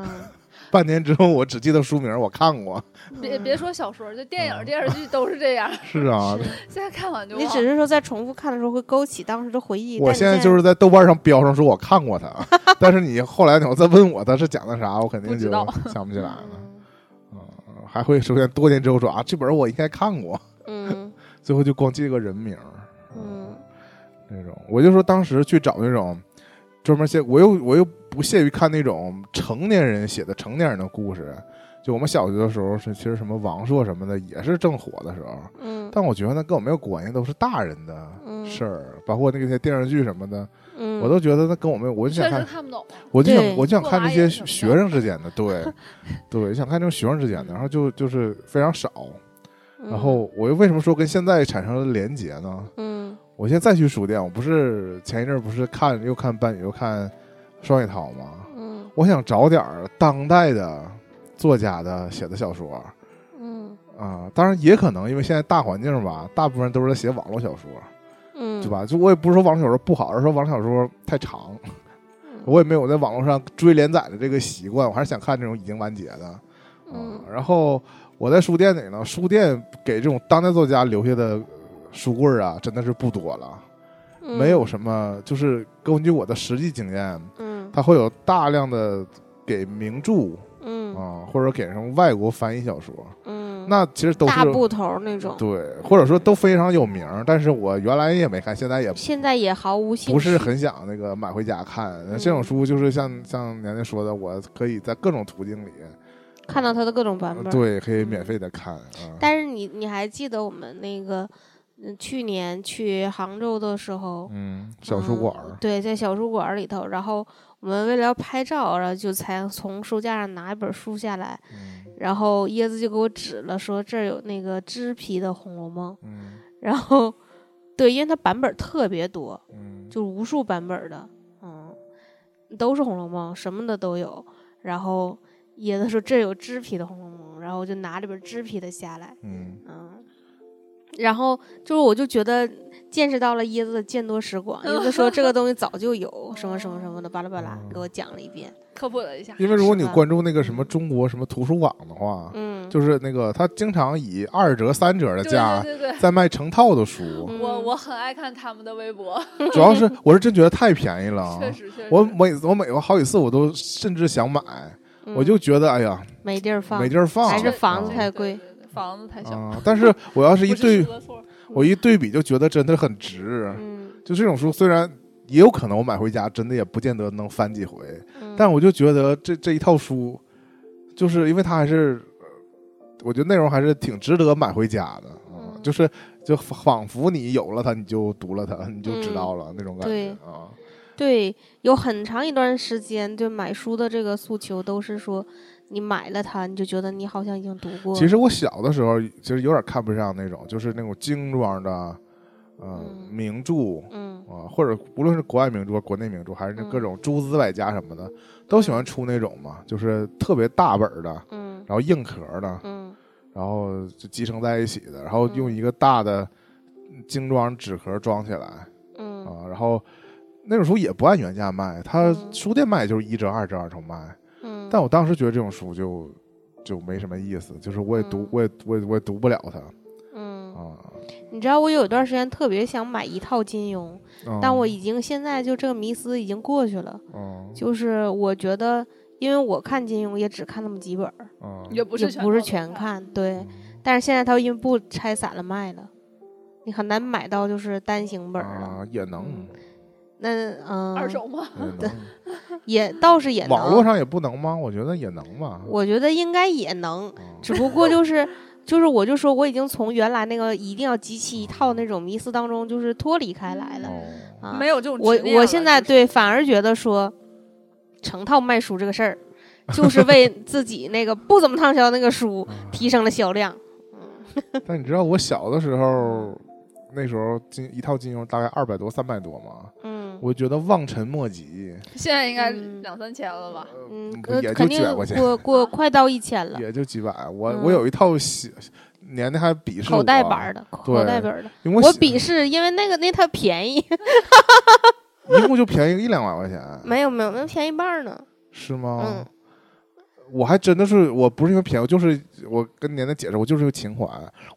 Speaker 1: 半年之后我只记得书名，我看过。
Speaker 3: 别别说小说，就电影、
Speaker 1: 嗯
Speaker 3: 电视剧都是这样。
Speaker 1: 是啊，
Speaker 3: 现在看完就
Speaker 2: 你
Speaker 3: 忘
Speaker 2: 只是说在重复看的时候会勾起当时的回忆。
Speaker 1: 我
Speaker 2: 但你
Speaker 1: 现
Speaker 2: 现
Speaker 1: 在就是在豆瓣上标上说我看过 它，但是你后来你要再问我它是讲的啥，我肯定
Speaker 3: 不
Speaker 1: 就
Speaker 3: 知道
Speaker 1: 想不起来了。
Speaker 2: 嗯
Speaker 1: 嗯，还会出现多年之后说啊，这本我应该看过，
Speaker 2: 嗯
Speaker 1: 最后就光记个人名儿。
Speaker 2: 嗯
Speaker 1: 那种，我就说当时去找那种专门写，我又我又不屑于看那种成年人写的成年人的故事。就我们小学的时候是，其实什么王朔什么的也是正火的时候，
Speaker 2: 嗯
Speaker 1: 但我觉得那跟我没有关系，都是大人的
Speaker 2: 嗯
Speaker 1: 事儿，包括那些电视剧什么的，
Speaker 2: 嗯，
Speaker 1: 我都觉得那跟我没有，我就
Speaker 3: 确
Speaker 1: 想
Speaker 3: 实
Speaker 1: 看，
Speaker 3: 看不懂。
Speaker 1: 我就
Speaker 2: 对
Speaker 1: 想我就想看那些
Speaker 3: 做娃也是
Speaker 1: 学生之间的，对 对，想看这种学生之间的，然后就就是非常少。
Speaker 2: 嗯
Speaker 1: 然后我又为什么说跟现在产生了连结呢？
Speaker 2: 嗯
Speaker 1: 我现在再去书店，我不是前一阵儿不是看又看半雨又看双雪涛吗？
Speaker 2: 嗯
Speaker 1: 我想找点儿当代的作家的写的小说啊、
Speaker 2: 嗯
Speaker 1: 当然也可能因为现在大环境吧，大部分都是在写网络小说，
Speaker 2: 嗯，
Speaker 1: 对吧？就我也不是说网络小说不好，而是说网络小说太长，
Speaker 2: 嗯？
Speaker 1: 我也没有在网络上追连载的这个习惯，我还是想看这种已经完结的。啊
Speaker 2: 嗯
Speaker 1: 然后我在书店里呢，书店给这种当代作家留下的呃书柜儿啊，真的是不多了。
Speaker 2: 嗯
Speaker 1: 没有什么，就是根据我的实际经验，
Speaker 2: 嗯
Speaker 1: 它会有大量的给名著
Speaker 2: 嗯
Speaker 1: 啊，或者给什么外国翻译小说，
Speaker 2: 嗯，
Speaker 1: 那其实都
Speaker 2: 大
Speaker 1: 是
Speaker 2: 部头儿那种，
Speaker 1: 对，或者说都非常有名儿，但是我原来也没看，现在也
Speaker 2: 现在也毫无兴趣。
Speaker 1: 不是很想那个买回家看。
Speaker 2: 嗯
Speaker 1: 这种书就是像像娘娘说的，我可以在各种途径里，
Speaker 2: 看到它的各种版本。
Speaker 1: 对，可以免费的看啊。
Speaker 2: 但是你你还记得我们那个，嗯，去年去杭州的时候，
Speaker 1: 嗯，小书馆
Speaker 2: 嗯
Speaker 1: 儿，
Speaker 2: 对，在小书馆儿里头，然后我们为了要拍照，然后就才从书架上拿一本书下来，
Speaker 1: 嗯
Speaker 2: 然后椰子就给我指了，说这儿有那个脂皮的《红楼梦》，
Speaker 1: 嗯
Speaker 2: 然后，对，因为它版本儿特别多，
Speaker 1: 嗯，
Speaker 2: 就无数版本儿的，嗯，都是《红楼梦》，什么的都有。然后椰子说这儿有脂皮的《红楼梦》，然后我就拿这本脂皮的下来，
Speaker 1: 嗯
Speaker 2: 嗯，然后就是我就觉得见识到了椰子的见多识广，椰子说这个东西早就有什么什么什么的，巴拉巴拉
Speaker 1: 嗯
Speaker 2: 给我讲了一遍，
Speaker 3: 科普了一下，
Speaker 1: 因为如果
Speaker 2: 是
Speaker 1: 你
Speaker 2: 吧
Speaker 1: 关注那个什么中国什么图书网的话，
Speaker 2: 嗯，
Speaker 1: 就是那个他经常以二折三折的
Speaker 3: 对
Speaker 1: 价
Speaker 3: 对对
Speaker 1: 在卖成套的书，
Speaker 2: 嗯
Speaker 3: 对，我我很爱看他们的微博，
Speaker 1: 主要是我是真觉得太便宜了
Speaker 3: 确。实确实。
Speaker 1: 哦我每我每我好几次我都甚至想买，
Speaker 2: 嗯
Speaker 1: 我就觉得哎呀
Speaker 2: 没地儿放，
Speaker 1: 没地儿放，
Speaker 2: 还是房子
Speaker 1: 啊
Speaker 2: 太贵
Speaker 3: 对，对对房子太小。
Speaker 1: 啊。但是我要是一
Speaker 3: 不是
Speaker 1: 对
Speaker 3: 书的错，
Speaker 1: 我一对比就觉得真的很值。
Speaker 2: 嗯，
Speaker 1: 就这种书虽然也有可能我买回家真的也不见得能翻几回，
Speaker 2: 嗯，
Speaker 1: 但我就觉得这这一套书，就是因为它还是，呃我觉得内容还是挺值得买回家的，啊
Speaker 2: 嗯
Speaker 1: 就是就仿佛你有了它，你就读了它，你就知道了、那种感觉
Speaker 2: 嗯对
Speaker 1: 啊。
Speaker 2: 对，有很长一段时间，就买书的这个诉求都是说，你买了它，你就觉得你好像已经读过，
Speaker 1: 其实我小的时候其实有点看不上那种，就是那种精装的，呃、
Speaker 2: 嗯
Speaker 1: 名著。
Speaker 2: 嗯
Speaker 1: 啊，或者无论是国外名著、啊国内名著，还是那
Speaker 2: 嗯
Speaker 1: 各种诸子百啊家什么的，都喜欢出那种嘛，就是特别大本儿的，
Speaker 2: 嗯
Speaker 1: 然后硬壳儿的，
Speaker 2: 嗯
Speaker 1: 然后就集成在一起的，然后用一个大的精装纸壳装起来
Speaker 2: 嗯
Speaker 1: 啊，然后那种书也不按原价卖，它
Speaker 2: 嗯
Speaker 1: 书店卖就是一折、二折、二折卖。
Speaker 2: 嗯，
Speaker 1: 但我当时觉得这种书就就没什么意思，就是我也读
Speaker 2: 嗯，
Speaker 1: 我也我也我也读不了它
Speaker 2: 嗯，
Speaker 1: 啊。
Speaker 2: 你知道我有一段时间特别想买一套金庸，
Speaker 1: 嗯
Speaker 2: 但我已经现在就这个迷思已经过去了，
Speaker 1: 嗯
Speaker 2: 就是我觉得，因为我看金庸也只看那么几本儿，
Speaker 1: 嗯
Speaker 3: 也不
Speaker 2: 也
Speaker 3: 是
Speaker 2: 不是
Speaker 3: 套的啊
Speaker 2: 全看，对。
Speaker 1: 嗯
Speaker 2: 但是现在它因为不拆散了卖了，你很难买到就是单行本儿了。
Speaker 1: 啊也能
Speaker 2: 嗯那嗯，
Speaker 3: 二手吗？
Speaker 1: 也能，
Speaker 2: 也倒是也能，
Speaker 1: 网络上也不能吗？我觉得也能吧。
Speaker 2: 我觉得应该也能，
Speaker 1: 嗯
Speaker 2: 只不过就是就是我就说我已经从原来那个一定要集齐一套那种迷思当中就是脱离开来了
Speaker 1: 哦，
Speaker 2: 啊。
Speaker 3: 没有这种执
Speaker 2: 我
Speaker 3: 念了。
Speaker 2: 我现在
Speaker 3: 就是
Speaker 2: 对反而觉得说，成套卖书这个 事儿，就是为自己那个不怎么畅销那个书
Speaker 1: 嗯
Speaker 2: 提升了销量。
Speaker 1: 但你知道
Speaker 2: 嗯
Speaker 1: 我小的时候，那时候金一套金庸大概二百多、三百多吗？
Speaker 2: 嗯，嗯
Speaker 1: 我觉得望尘莫及，
Speaker 3: 现在应该
Speaker 2: 嗯
Speaker 3: 两三千了吧？
Speaker 2: 嗯
Speaker 1: 嗯，
Speaker 2: 呃
Speaker 1: 也就
Speaker 2: 肯
Speaker 1: 几
Speaker 2: 定
Speaker 1: 百块钱，
Speaker 2: 过过快到一千了，
Speaker 1: 也就几百。我
Speaker 2: 嗯
Speaker 1: 我有一套小年代还鄙视我
Speaker 2: 口袋版儿，的，口
Speaker 1: 对
Speaker 2: 袋版儿的。
Speaker 1: 因为
Speaker 2: 我
Speaker 1: 我嗯
Speaker 2: 鄙视，因为那个那它便宜，
Speaker 1: 一共就便宜一两百块钱，
Speaker 2: 没有没有，那便宜一半儿呢。
Speaker 1: 是吗？
Speaker 2: 嗯
Speaker 1: 我还真的是，我不是因为便宜，我就是我跟年代解释，我就是有情怀。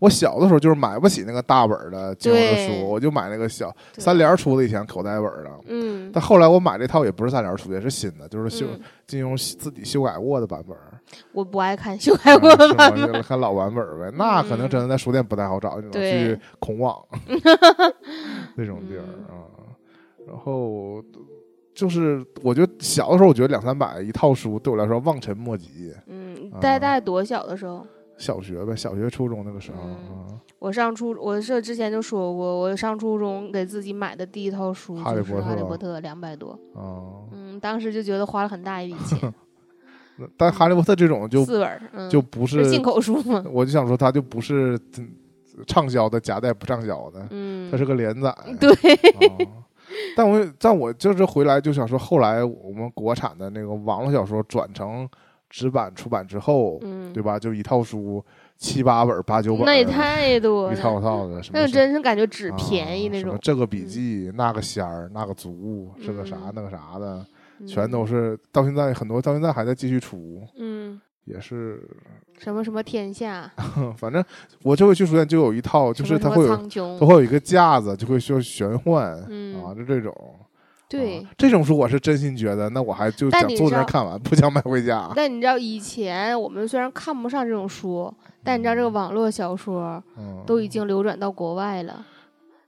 Speaker 1: 我小的时候就是买不起那个大本儿的金融的
Speaker 2: 对
Speaker 1: 书，我就买那个小
Speaker 2: 对
Speaker 1: 三联儿出的以前口袋本儿的。
Speaker 2: 嗯
Speaker 1: 但后来我买这套也不是三联儿出的，也是新的，就是修
Speaker 2: 嗯，
Speaker 1: 金融自己修改过的版本儿。
Speaker 2: 我不爱看修改过的版
Speaker 1: 嗯是吗
Speaker 2: 本。
Speaker 1: 就看老版本儿呗，那可能真的在书店不太好找，只能
Speaker 2: 对
Speaker 1: 去孔 网那种地儿
Speaker 2: 嗯
Speaker 1: 啊。然后就是我觉得小的时候，我觉得两三百一套书对我来说望尘莫及。
Speaker 2: 嗯
Speaker 1: 啊，
Speaker 2: 大概多小的时候？
Speaker 1: 小学呗，小学初中那个时候
Speaker 2: 嗯
Speaker 1: 啊，
Speaker 2: 我上初，我是之前就说过，我上初中给自己买的第一套书
Speaker 1: 哈利
Speaker 2: 就是
Speaker 1: 波
Speaker 2: 《哈利
Speaker 1: 特
Speaker 2: 波特》，两百多，
Speaker 1: 啊，
Speaker 2: 嗯，当时就觉得花了很大一笔钱，
Speaker 1: 那但哈利波特这种 就
Speaker 2: 四本儿，嗯，
Speaker 1: 就不是
Speaker 2: 是，进口书 嘛，
Speaker 1: 我就想说它就不是嗯畅销的夹带不畅销的，
Speaker 2: 嗯
Speaker 1: 它，是个连载。
Speaker 2: 对，
Speaker 1: 哦 但我但我就是回来就想说，后来我们国产的那个网络小说转成纸版出版之后，
Speaker 2: 嗯
Speaker 1: 对，吧？就一套书七八本儿、八九本儿，
Speaker 2: 那也太多
Speaker 1: 一套
Speaker 2: 了，
Speaker 1: 套的，什么
Speaker 2: 那
Speaker 1: 是
Speaker 2: 真是感觉只
Speaker 1: 啊
Speaker 2: 便宜那
Speaker 1: 什么
Speaker 2: 种，
Speaker 1: 这个笔记、那个仙儿、那个足，这个啥、
Speaker 2: 嗯
Speaker 1: 那个啥的，
Speaker 2: 嗯
Speaker 1: 全都是到现在很多到现在还在继续出，
Speaker 2: 嗯，
Speaker 1: 也是，
Speaker 2: 什么什么天下，
Speaker 1: 反正我这回去书店就有一套，啊就
Speaker 2: 什
Speaker 1: 是
Speaker 2: 么
Speaker 1: 它
Speaker 2: 什
Speaker 1: 会
Speaker 2: 么
Speaker 1: 有它
Speaker 2: 苍穹，
Speaker 1: 会有一个架子，就会需要玄幻、啊，
Speaker 2: 嗯，
Speaker 1: 就这种。
Speaker 2: 对
Speaker 1: 啊。这种书我是真心觉得，那我还就
Speaker 2: 但
Speaker 1: 想
Speaker 2: 你
Speaker 1: 坐
Speaker 2: 知
Speaker 1: 那儿
Speaker 2: 道
Speaker 1: 看完，不想买回家。
Speaker 2: 但你知道以前我们虽然看不上这种书，但你知道这个网络小说
Speaker 1: 嗯
Speaker 2: 都已经流转到国外了。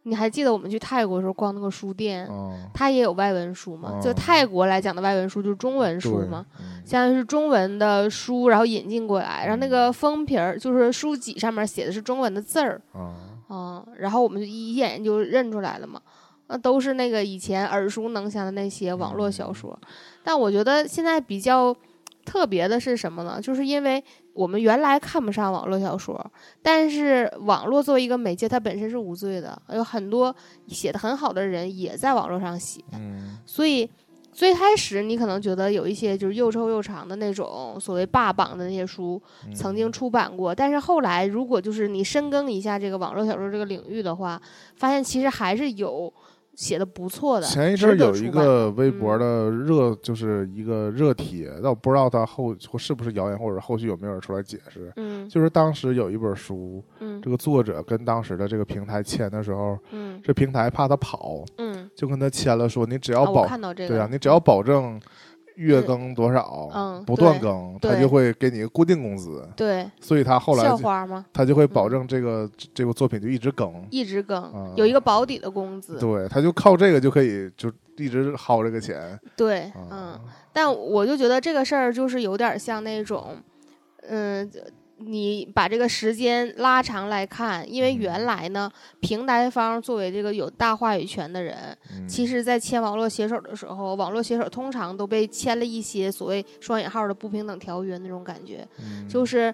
Speaker 2: 你还记得我们去泰国的时候逛那个书店，
Speaker 1: 嗯
Speaker 2: 它也有外文书嘛？就
Speaker 1: 哦
Speaker 2: 泰国来讲的外文书就是中文书
Speaker 1: 对
Speaker 2: 嘛，
Speaker 1: 嗯
Speaker 2: 相当于是中文的书，然后引进过来，然后那个封皮儿就是书脊上面写的是中文的字儿，
Speaker 1: 嗯
Speaker 2: 嗯，然后我们就一眼就认出来了嘛。那都是那个以前耳熟能详的那些网络小说，但我觉得现在比较特别的是什么呢？就是因为我们原来看不上网络小说，但是网络作为一个媒介，它本身是无罪的，有很多写的很好的人也在网络上写，
Speaker 1: 嗯
Speaker 2: 所以最开始你可能觉得有一些就是又臭又长的那种所谓霸榜的那些书，
Speaker 1: 嗯
Speaker 2: 曾经出版过，但是后来如果就是你深耕一下这个网络小说这个领域的话，发现其实还是有写的不错的。
Speaker 1: 前一阵儿
Speaker 2: 值得
Speaker 1: 有一
Speaker 2: 出版嗯
Speaker 1: 个微博的热，就是一个热帖，但我不知道它后是不是谣言，或者后续有没有人出来解释。
Speaker 2: 嗯
Speaker 1: 就是当时有一本书，
Speaker 2: 嗯
Speaker 1: 这个作者跟当时的这个平台签的时候，
Speaker 2: 嗯
Speaker 1: 这平台怕他跑，
Speaker 2: 嗯，
Speaker 1: 就跟他签了说，你只要
Speaker 2: 啊
Speaker 1: 保
Speaker 2: 我看到这个，
Speaker 1: 对啊，你只要保证月
Speaker 2: 嗯
Speaker 1: 更多少，
Speaker 2: 嗯
Speaker 1: 不断
Speaker 2: 对
Speaker 1: 更，他
Speaker 2: 对
Speaker 1: 就会给你一个固定工资。
Speaker 2: 对
Speaker 1: 所以他后来
Speaker 2: 校
Speaker 1: 就
Speaker 2: 花吗？
Speaker 1: 他就会保证这个、这部作品就一直更，
Speaker 2: 一直更、
Speaker 1: 啊
Speaker 2: 有一个保底的工资，
Speaker 1: 对，他就靠这个就可以就一直薅这个钱。
Speaker 2: 对
Speaker 1: 啊、
Speaker 2: 嗯，但我就觉得这个事儿就是有点像那种，嗯，你把这个时间拉长来看，因为
Speaker 1: 嗯
Speaker 2: 原来呢，平台方作为这个有大话语权的人，
Speaker 1: 嗯
Speaker 2: 其实在签网络携手的时候，网络携手通常都被签了一些所谓双引号的不平等条约那种感觉，
Speaker 1: 嗯
Speaker 2: 就是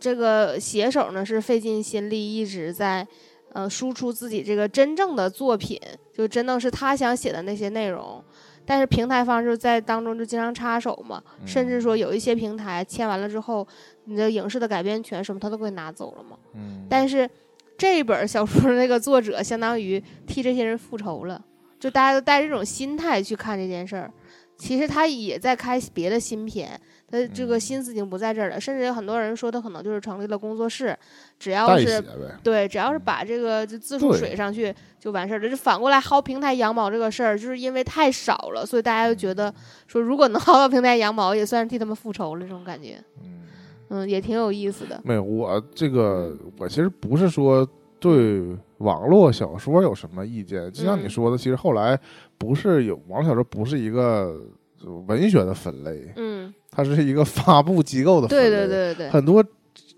Speaker 2: 这个写手呢是费尽心力一直在，呃，输出自己这个真正的作品，就真正是他想写的那些内容。但是平台方就是在当中就经常插手嘛，
Speaker 1: 嗯
Speaker 2: 甚至说有一些平台签完了之后，你的影视的改编权什么他都给拿走了嘛。
Speaker 1: 嗯
Speaker 2: 但是这本小说那个作者相当于替这些人复仇了， 就大家都带着这种心态去看这件事儿。其实他也在开别的新篇，他这个
Speaker 1: 嗯
Speaker 2: 心思已经不在这儿了。甚至有很多人说，他可能就是成立了工作室，只要
Speaker 1: 代写
Speaker 2: 是
Speaker 1: 呗，
Speaker 2: 对，只要是
Speaker 1: 嗯
Speaker 2: 把这个就字数
Speaker 1: 对
Speaker 2: 水上去就完事儿了。就是反过来薅平台羊毛这个事儿，就是因为太少了，所以大家就觉得说，如果能薅到平台羊毛，也算是替他们复仇了，这种感觉，
Speaker 1: 嗯，
Speaker 2: 嗯，也挺有意思的。
Speaker 1: 没有我这个我其实不是说对网络小说有什么意见，就像你
Speaker 2: 嗯
Speaker 1: 说的，其实后来不是有网络小说不是一个呃文学的分类，
Speaker 2: 嗯，
Speaker 1: 它是一个发布机构的分类，
Speaker 2: 对对对对对
Speaker 1: 很多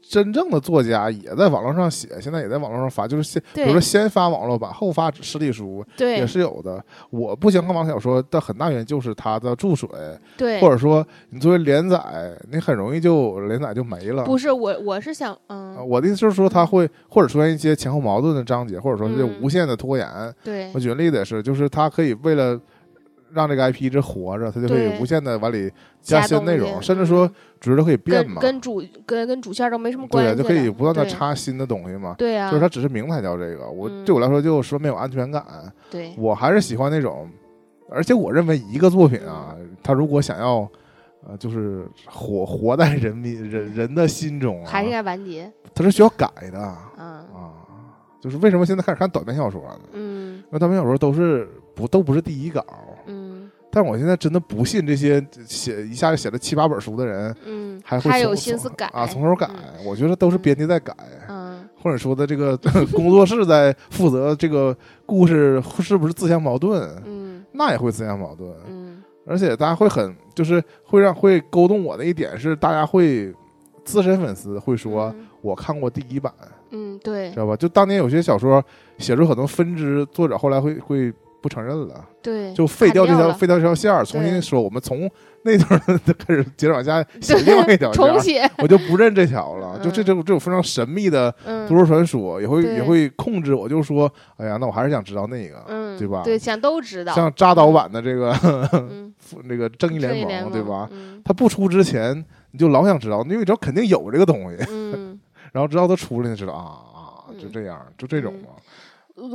Speaker 1: 真正的作家也在网络上写，现在也在网络上发，就是先比
Speaker 2: 对
Speaker 1: 如说先发网络版，后发实体书也
Speaker 2: 对
Speaker 1: 是有的。我不喜欢看网络小说的很大原因就是它的注水，
Speaker 2: 对，
Speaker 1: 或者说你作为连载，你很容易就连载就没了。
Speaker 2: 不是我，我是想，嗯，
Speaker 1: 啊我的意思就是说，它会或者出现一些前后矛盾的章节，或者说是
Speaker 2: 嗯
Speaker 1: 无限的拖延。
Speaker 2: 对
Speaker 1: 我举个例子也是，就是它可以为了让这个 IP 一直活着，它就可以
Speaker 2: 对
Speaker 1: 无限的往里加
Speaker 2: 加
Speaker 1: 新
Speaker 2: 东
Speaker 1: 内
Speaker 2: 西
Speaker 1: 容，甚至说主旨都可以变
Speaker 2: 跟
Speaker 1: 嘛，
Speaker 2: 跟主跟跟主线儿都没什么关系
Speaker 1: 对，
Speaker 2: 了，
Speaker 1: 就可以不断的
Speaker 2: 对
Speaker 1: 插新的东西嘛。
Speaker 2: 对啊，
Speaker 1: 就是它只是名才叫这个，我
Speaker 2: 嗯
Speaker 1: 对我来说就说没有安全感，
Speaker 2: 对
Speaker 1: 我还是喜欢那种，而且我认为一个作品啊，它如果想要，呃，就是活活在人民人人的心中、啊，
Speaker 2: 还是应该完结，
Speaker 1: 它是需要改的啊。
Speaker 2: 嗯
Speaker 1: 就是为什么现在开始看短篇小说了呢？
Speaker 2: 嗯
Speaker 1: 因为短篇小说都是不都不是第一稿，
Speaker 2: 嗯
Speaker 1: 但我现在真的不信这些写一下就写了七八本书的人
Speaker 2: 嗯，
Speaker 1: 还会
Speaker 2: 还有
Speaker 1: 从
Speaker 2: 心思
Speaker 1: 从
Speaker 2: 改
Speaker 1: 啊，从头改。我觉得都是编辑在改。
Speaker 2: 嗯
Speaker 1: 或者说的这个工作室在负责这个故事是不是自相矛盾，
Speaker 2: 嗯
Speaker 1: 那也会自相矛盾。
Speaker 2: 嗯
Speaker 1: 而且大家会很就是会让会勾动我的一点是，大家会资深粉丝会说、
Speaker 2: 嗯
Speaker 1: 我看过第一版，
Speaker 2: 嗯对
Speaker 1: 知道吧？就当年有些小说写出很多分支，作者后来会会不承认了，
Speaker 2: 对，
Speaker 1: 就废掉这
Speaker 2: 嗯砍
Speaker 1: 条
Speaker 2: 了
Speaker 1: 废掉这条线儿，重新
Speaker 2: 对
Speaker 1: 说我们从那段儿 开始接着往下写另外一条线
Speaker 2: 重
Speaker 1: 儿，
Speaker 2: 写，
Speaker 1: 我就不认这条了。就这
Speaker 2: 嗯
Speaker 1: 种这种非常神秘的
Speaker 2: 嗯
Speaker 1: 都市传说，也会也
Speaker 2: 对
Speaker 1: 会控制我，就说哎呀，那我还是想知道那个。
Speaker 2: 嗯
Speaker 1: 对吧
Speaker 2: 对，想都知道，
Speaker 1: 像扎导版的这个
Speaker 2: 嗯，
Speaker 1: 那个正义
Speaker 2: 正
Speaker 1: 联
Speaker 2: 义
Speaker 1: 盟，对吧？？
Speaker 2: 嗯
Speaker 1: 它不出之前，你就老想知道，因为你知道肯定有这个东西，
Speaker 2: 嗯，
Speaker 1: 然后直到它出了，你就知道啊啊，就
Speaker 2: 嗯
Speaker 1: 这样，就这种嘛。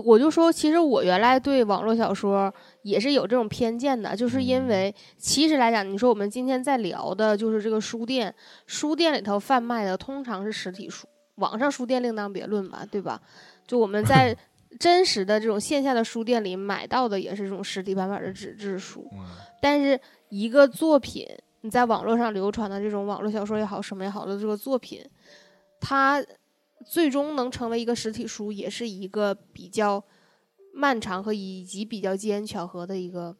Speaker 2: 我就说，其实我原来对网络小说也是有这种偏见的，就是因
Speaker 1: 嗯
Speaker 2: 为其实来讲，你说我们今天在聊的就是这个书店，书店里头贩卖的通常是实体书，网上书店另当别论嘛，对吧？就我们在真实的这种线下的书店里买到的也是这种实体版本的纸质书，
Speaker 1: 嗯
Speaker 2: 但是一个作品，你在网络上流传的这种网络小说也好，什么也好的这个作品，它最终能成为一个实体书，也是一个比较漫长和以及比较机缘巧合的一个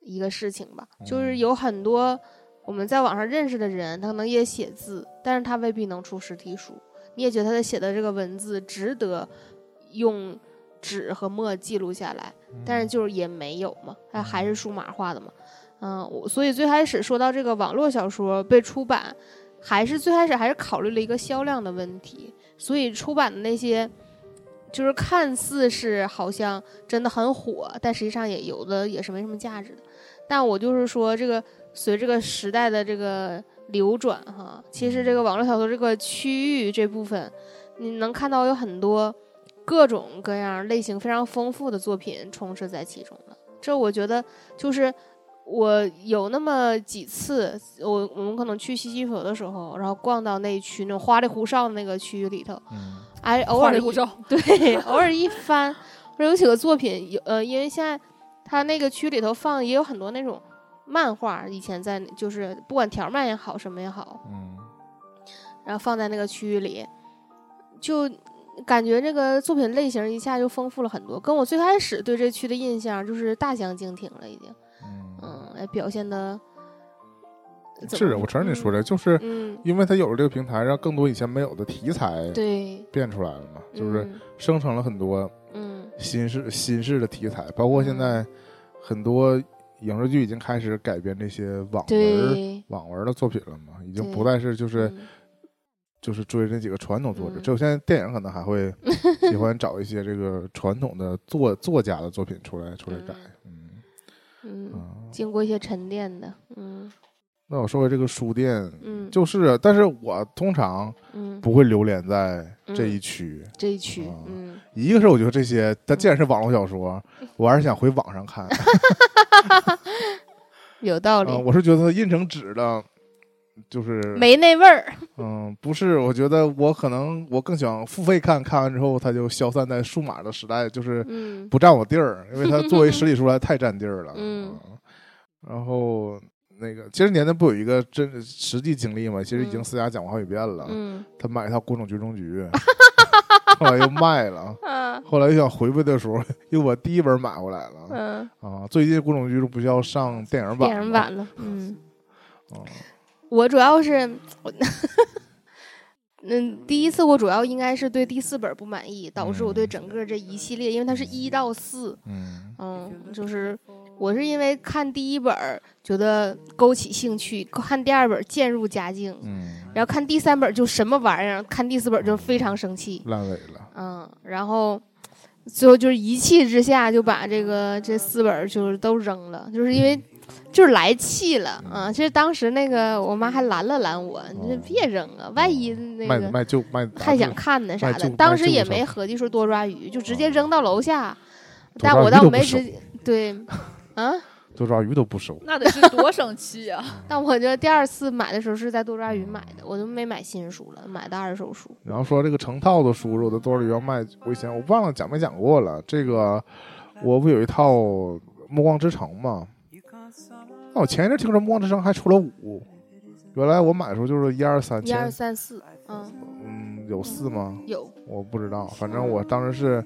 Speaker 2: 一个事情吧。就是
Speaker 1: 嗯
Speaker 2: 有很多我们在网上认识的人，他可能也写字，但是他未必能出实体书。你也觉得他写的这个文字值得用纸和墨记录下来，
Speaker 1: 嗯
Speaker 2: 但是就是也没有嘛，它还是数码化的嘛。嗯，我所以最开始说到这个网络小说被出版，还是最开始还是考虑了一个销量的问题，所以出版的那些。就是看似是好像真的很火，但实际上也有的也是没什么价值的。但我就是说，这个随这个时代的这个流转哈，其实这个网络小说这个区域这部分，你能看到有很多各种各样类型非常丰富的作品充斥在其中了。这我觉得就是我有那么几次，我我们可能去西西弗的时候，然后逛到那一区那种花里胡哨的那个区域里头，
Speaker 1: 嗯
Speaker 2: 哎，偶
Speaker 3: 花
Speaker 2: 尔
Speaker 3: 里
Speaker 2: 一
Speaker 3: 胡哨，
Speaker 2: 对， 偶尔一翻，或者有几个作品，有呃，因为现在它那个区里头放也有很多那种漫画，以前在就是不管条漫也好，什么也好，
Speaker 1: 嗯，
Speaker 2: 然后放在那个区域里，就感觉这个作品类型一下就丰富了很多，跟我最开始对这区的印象就是大相径庭了，已经，
Speaker 1: 嗯
Speaker 2: 嗯，哎，表现的
Speaker 1: 是我承认你说，的，就是
Speaker 2: 嗯，
Speaker 1: 因为它有了这个平台，让更多以前没有的题材
Speaker 2: 对，
Speaker 1: 变出来了嘛，就是
Speaker 2: 嗯
Speaker 1: 生成了很多
Speaker 2: 嗯
Speaker 1: 新式新式的题材，包括现
Speaker 2: 嗯
Speaker 1: 在很多影视剧已经开始改编这些网文儿
Speaker 2: 对，
Speaker 1: 网文儿的作品了嘛，已经
Speaker 2: 对
Speaker 1: 不再是就是
Speaker 2: 嗯
Speaker 1: 就是追那几个传统作者，
Speaker 2: 嗯
Speaker 1: 只有现在电影可能还会 喜欢找一些这个传统的作作家的作品出来出来改。嗯
Speaker 2: 嗯，
Speaker 1: 嗯，
Speaker 2: 经过一些沉淀的，嗯
Speaker 1: 那我说回这个书店，
Speaker 2: 嗯，
Speaker 1: 就是啊，但是我通常
Speaker 2: 嗯
Speaker 1: 不会流连在这一区。
Speaker 2: 这一区
Speaker 1: 啊，
Speaker 2: 嗯，
Speaker 1: 一个是我觉得这些，它既然是网络小说，我还是想回网上看。
Speaker 2: 有道理
Speaker 1: 嗯，，我是觉得印成纸的，就是
Speaker 2: 没那味儿，
Speaker 1: 嗯，不是，我觉得我可能我更想付费看，看完之后它就消散在数码的时代，就是
Speaker 2: 嗯
Speaker 1: 不占我地儿，因为它作为实体书来太占地儿了。
Speaker 2: 嗯
Speaker 1: 啊，然后那个其实年代不有一个真实际经历嘛，其实已经私下讲过好几遍了。
Speaker 2: 嗯
Speaker 1: 他买一套《古董局中 局》，后来又卖了。
Speaker 2: 啊
Speaker 1: 后来又想回味的时候，又把第一本买回来了。
Speaker 2: 嗯，
Speaker 1: 啊，最近《古董局中》不是要上电影版？
Speaker 2: 电影。版了，嗯，
Speaker 1: 啊，
Speaker 2: 我主要是我。嗯，第一次我主要应该是对第四本不满意，导致我对
Speaker 1: 嗯
Speaker 2: 整个这一系列，因为它是一到四，
Speaker 1: 嗯
Speaker 2: 嗯，就是我是因为看第一本儿觉得勾起兴趣，看第二本儿渐入佳境，
Speaker 1: 嗯，
Speaker 2: 然后看第三本儿就什么玩意儿，看第四本儿就非常生气，
Speaker 1: 烂尾了。
Speaker 2: 嗯，然后最后就是一气之下就把这个这四本儿就是都扔了，就是因为就是来气了
Speaker 1: 嗯
Speaker 2: 啊。其实当时那个我妈还拦了拦我，你这别扔啊，万一那
Speaker 1: 哦卖
Speaker 2: 个
Speaker 1: 卖就卖，
Speaker 2: 还想看呢啥
Speaker 1: 卖
Speaker 2: 的
Speaker 1: 旧，
Speaker 2: 当时
Speaker 1: 卖旧
Speaker 2: 也
Speaker 1: 商
Speaker 2: 没合计说多抓鱼，就直接扔到楼下。
Speaker 1: 哦多
Speaker 2: 但
Speaker 1: 抓
Speaker 2: 我
Speaker 1: 鱼
Speaker 2: 倒
Speaker 1: 都不
Speaker 2: 没
Speaker 1: 收
Speaker 2: 直接对，啊，
Speaker 1: 多抓鱼都不收，
Speaker 3: 那得是多生气 呀、
Speaker 2: 但我觉得第二次买的时候是在多抓鱼买的，我就没买新书了，买的二手书。
Speaker 1: 然后说这个成套的书，我的多少鱼要卖，我以前我忘了讲没讲过了。这个我不有一套《暮光之城》嘛？那我前一阵听说《暮光之城》还出了五，原来我买的时候就是一二三
Speaker 2: 一二
Speaker 1: 千，
Speaker 2: 三四，嗯，
Speaker 1: 嗯，有四吗？
Speaker 2: 有
Speaker 1: 我不知道，反正我当时是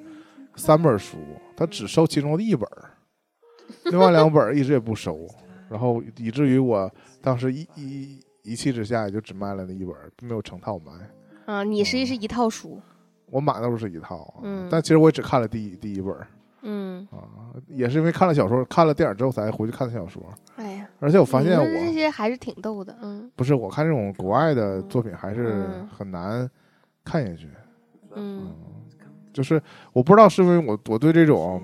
Speaker 1: 三本书，他只收其中的一本儿，另外两本儿一直也不收，然后以至于我当时一一一气之下也就只卖了那一本儿，并没有成套卖。
Speaker 2: 啊，你
Speaker 1: 哦
Speaker 2: 实际是一套书，
Speaker 1: 我买的时候是一套，啊
Speaker 2: 嗯
Speaker 1: 但其实我也只看了第一第一本儿
Speaker 2: 嗯，
Speaker 1: 啊，也是因为看了小说，看了电影之后才回去看的小说。
Speaker 2: 哎呀，
Speaker 1: 而且我发
Speaker 2: 你
Speaker 1: 现
Speaker 2: 们这
Speaker 1: 我
Speaker 2: 些还是挺逗的，嗯
Speaker 1: 不是我看这种国外的作品还是
Speaker 2: 嗯
Speaker 1: 很难看下去，
Speaker 2: 嗯
Speaker 1: 就是我不知道是因为我我对这种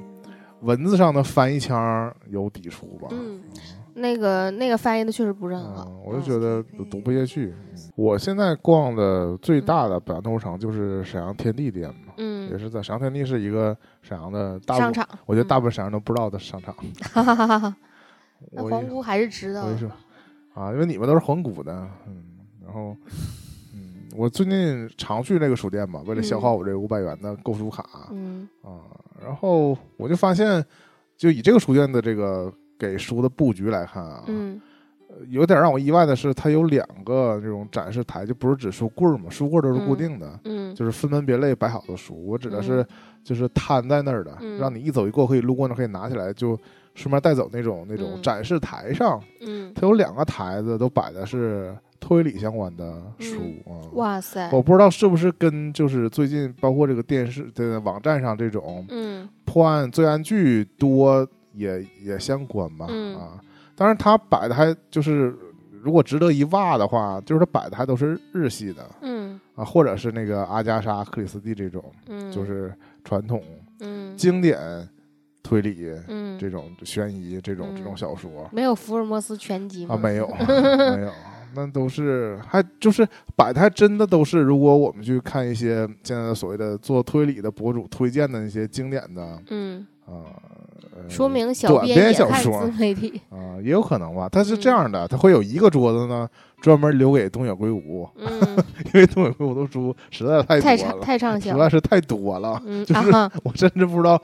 Speaker 1: 文字上的翻译腔儿有抵触吧。
Speaker 2: 嗯，那个那个翻译的确实不是啊很好，
Speaker 1: 嗯，我就觉得读不下去。我现在逛的最大的百洋通城就是沈阳天地店嘛，也
Speaker 2: 嗯，
Speaker 1: 是在沈阳天地是一个沈阳的大部
Speaker 2: 商，场，嗯
Speaker 1: 我觉得大部分沈阳人都不知道的商场。
Speaker 2: 哈哈哈哈， 那
Speaker 1: 我
Speaker 2: 皇
Speaker 1: 一
Speaker 2: 姑还是知道
Speaker 1: 我
Speaker 2: 的
Speaker 1: 一，说啊，因为你们都是黄谷的，嗯，然后嗯，我最近常去那个书店嘛，为了消耗我这五百元的购书卡、
Speaker 2: 嗯
Speaker 1: 啊，然后我就发现，就以这个书店的这个给书的布局来看啊，
Speaker 2: 嗯
Speaker 1: 呃有点让我意外的是，它有两个这种展示台，就不是只书柜儿嘛，书柜儿都是固
Speaker 2: 嗯
Speaker 1: 定的。
Speaker 2: 嗯
Speaker 1: 就是分门别类摆好的书，我指的是
Speaker 2: 嗯
Speaker 1: 就是摊在那儿的，
Speaker 2: 嗯
Speaker 1: 让你一走一过可以路过那儿可以拿起来就顺便带走那种那种
Speaker 2: 嗯
Speaker 1: 展示台上，
Speaker 2: 嗯，
Speaker 1: 它有两个台子都摆的是推理相关的书啊。
Speaker 2: 嗯哇塞，
Speaker 1: 我不知道是不是跟就是最近包括这个电视的网站上这种
Speaker 2: 嗯
Speaker 1: 破案罪案剧多也也相关吧、
Speaker 2: 嗯
Speaker 1: 啊。当然，它摆的还就是如果值得一挖的话，就是它摆的还都是日系的
Speaker 2: 嗯
Speaker 1: 啊，或者是那个阿加莎·克里斯蒂这种，
Speaker 2: 嗯，
Speaker 1: 就是传统
Speaker 2: 嗯
Speaker 1: 经典推理
Speaker 2: 嗯
Speaker 1: 这种悬疑这种
Speaker 2: 嗯
Speaker 1: 这种小说。
Speaker 2: 没有福尔摩斯全集吗？
Speaker 1: 啊，没有，没有，那都是还就是摆的还真的都是，如果我们去看一些现在的所谓的做推理的博主推荐的那些经典的
Speaker 2: 嗯，
Speaker 1: 啊、呃
Speaker 2: 说明小
Speaker 1: 短
Speaker 2: 编也
Speaker 1: 篇小
Speaker 2: 看
Speaker 1: 说
Speaker 2: 自媒体，
Speaker 1: 啊、也有可能吧。它是这
Speaker 2: 嗯
Speaker 1: 样的，它会有一个桌子呢专门留给东野圭吾，
Speaker 2: 嗯，
Speaker 1: 因为东野圭吾的书实在 太
Speaker 2: 太
Speaker 1: 多
Speaker 2: 畅
Speaker 1: 了，
Speaker 2: 太畅销
Speaker 1: 实，在是太多了，
Speaker 2: 嗯
Speaker 1: 就
Speaker 2: 啊
Speaker 1: 是
Speaker 2: 哈，
Speaker 1: 我甚至不知道。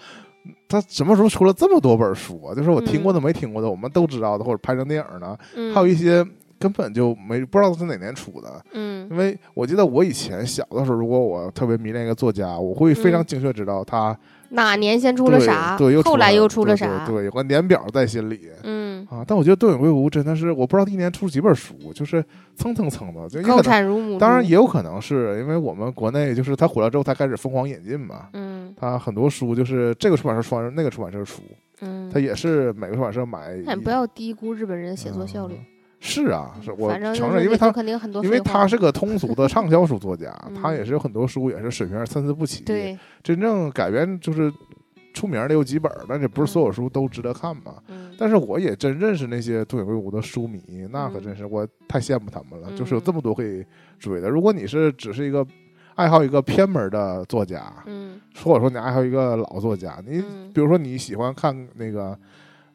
Speaker 1: 他什么时候出了这么多本书啊？就是我听过的、没听过的，我们都知道的，或者拍成电影的，
Speaker 2: 嗯
Speaker 1: 还有一些根本就没不知道是哪年出的。
Speaker 2: 嗯
Speaker 1: 因为我记得我以前小的时候，如果我特别迷恋一个作家，我会非常精确知道他
Speaker 2: 哪年先嗯出
Speaker 1: 对
Speaker 2: 了啥，
Speaker 1: 对，又
Speaker 2: 后来又出了
Speaker 1: 对
Speaker 2: 啥，
Speaker 1: 对对，有个年表在心里
Speaker 2: 嗯，
Speaker 1: 啊。但我觉得东野圭吾真的是，我不知道他一年出几本书，就是蹭蹭蹭的，就也
Speaker 2: 口
Speaker 1: 可能。
Speaker 2: 产乳母猪，
Speaker 1: 当然也有可能是因为我们国内就是他火了之后，他开始疯狂引进嘛。
Speaker 2: 嗯
Speaker 1: 他很多书就是这个出版社出完，那个出版社出，
Speaker 2: 嗯
Speaker 1: 他，也是每个出版社买一。
Speaker 2: 但不要低估日本人的写作效率。
Speaker 1: 嗯是啊，是我
Speaker 2: 反正
Speaker 1: 承
Speaker 2: 就是
Speaker 1: 认，因为
Speaker 2: 里
Speaker 1: 他
Speaker 2: 头肯定很多
Speaker 1: 因
Speaker 2: 废话，
Speaker 1: 为他是个通俗的畅销书作家
Speaker 2: 嗯，
Speaker 1: 他也是有很多书也是水平参差不齐。，
Speaker 2: 对，
Speaker 1: 真正改编就是出名的有几本儿，但也不是所有书都值得看嘛。
Speaker 2: 嗯
Speaker 1: 但是我也真认识那些东野圭吾的书迷，那可真是我太羡慕他们了，
Speaker 2: 嗯
Speaker 1: 就是有这么多可以追的。如果你是只是一个爱好一个偏门的作家，
Speaker 2: 嗯
Speaker 1: 或者说你爱好一个老作家，你
Speaker 2: 嗯
Speaker 1: 比如说你喜欢看那个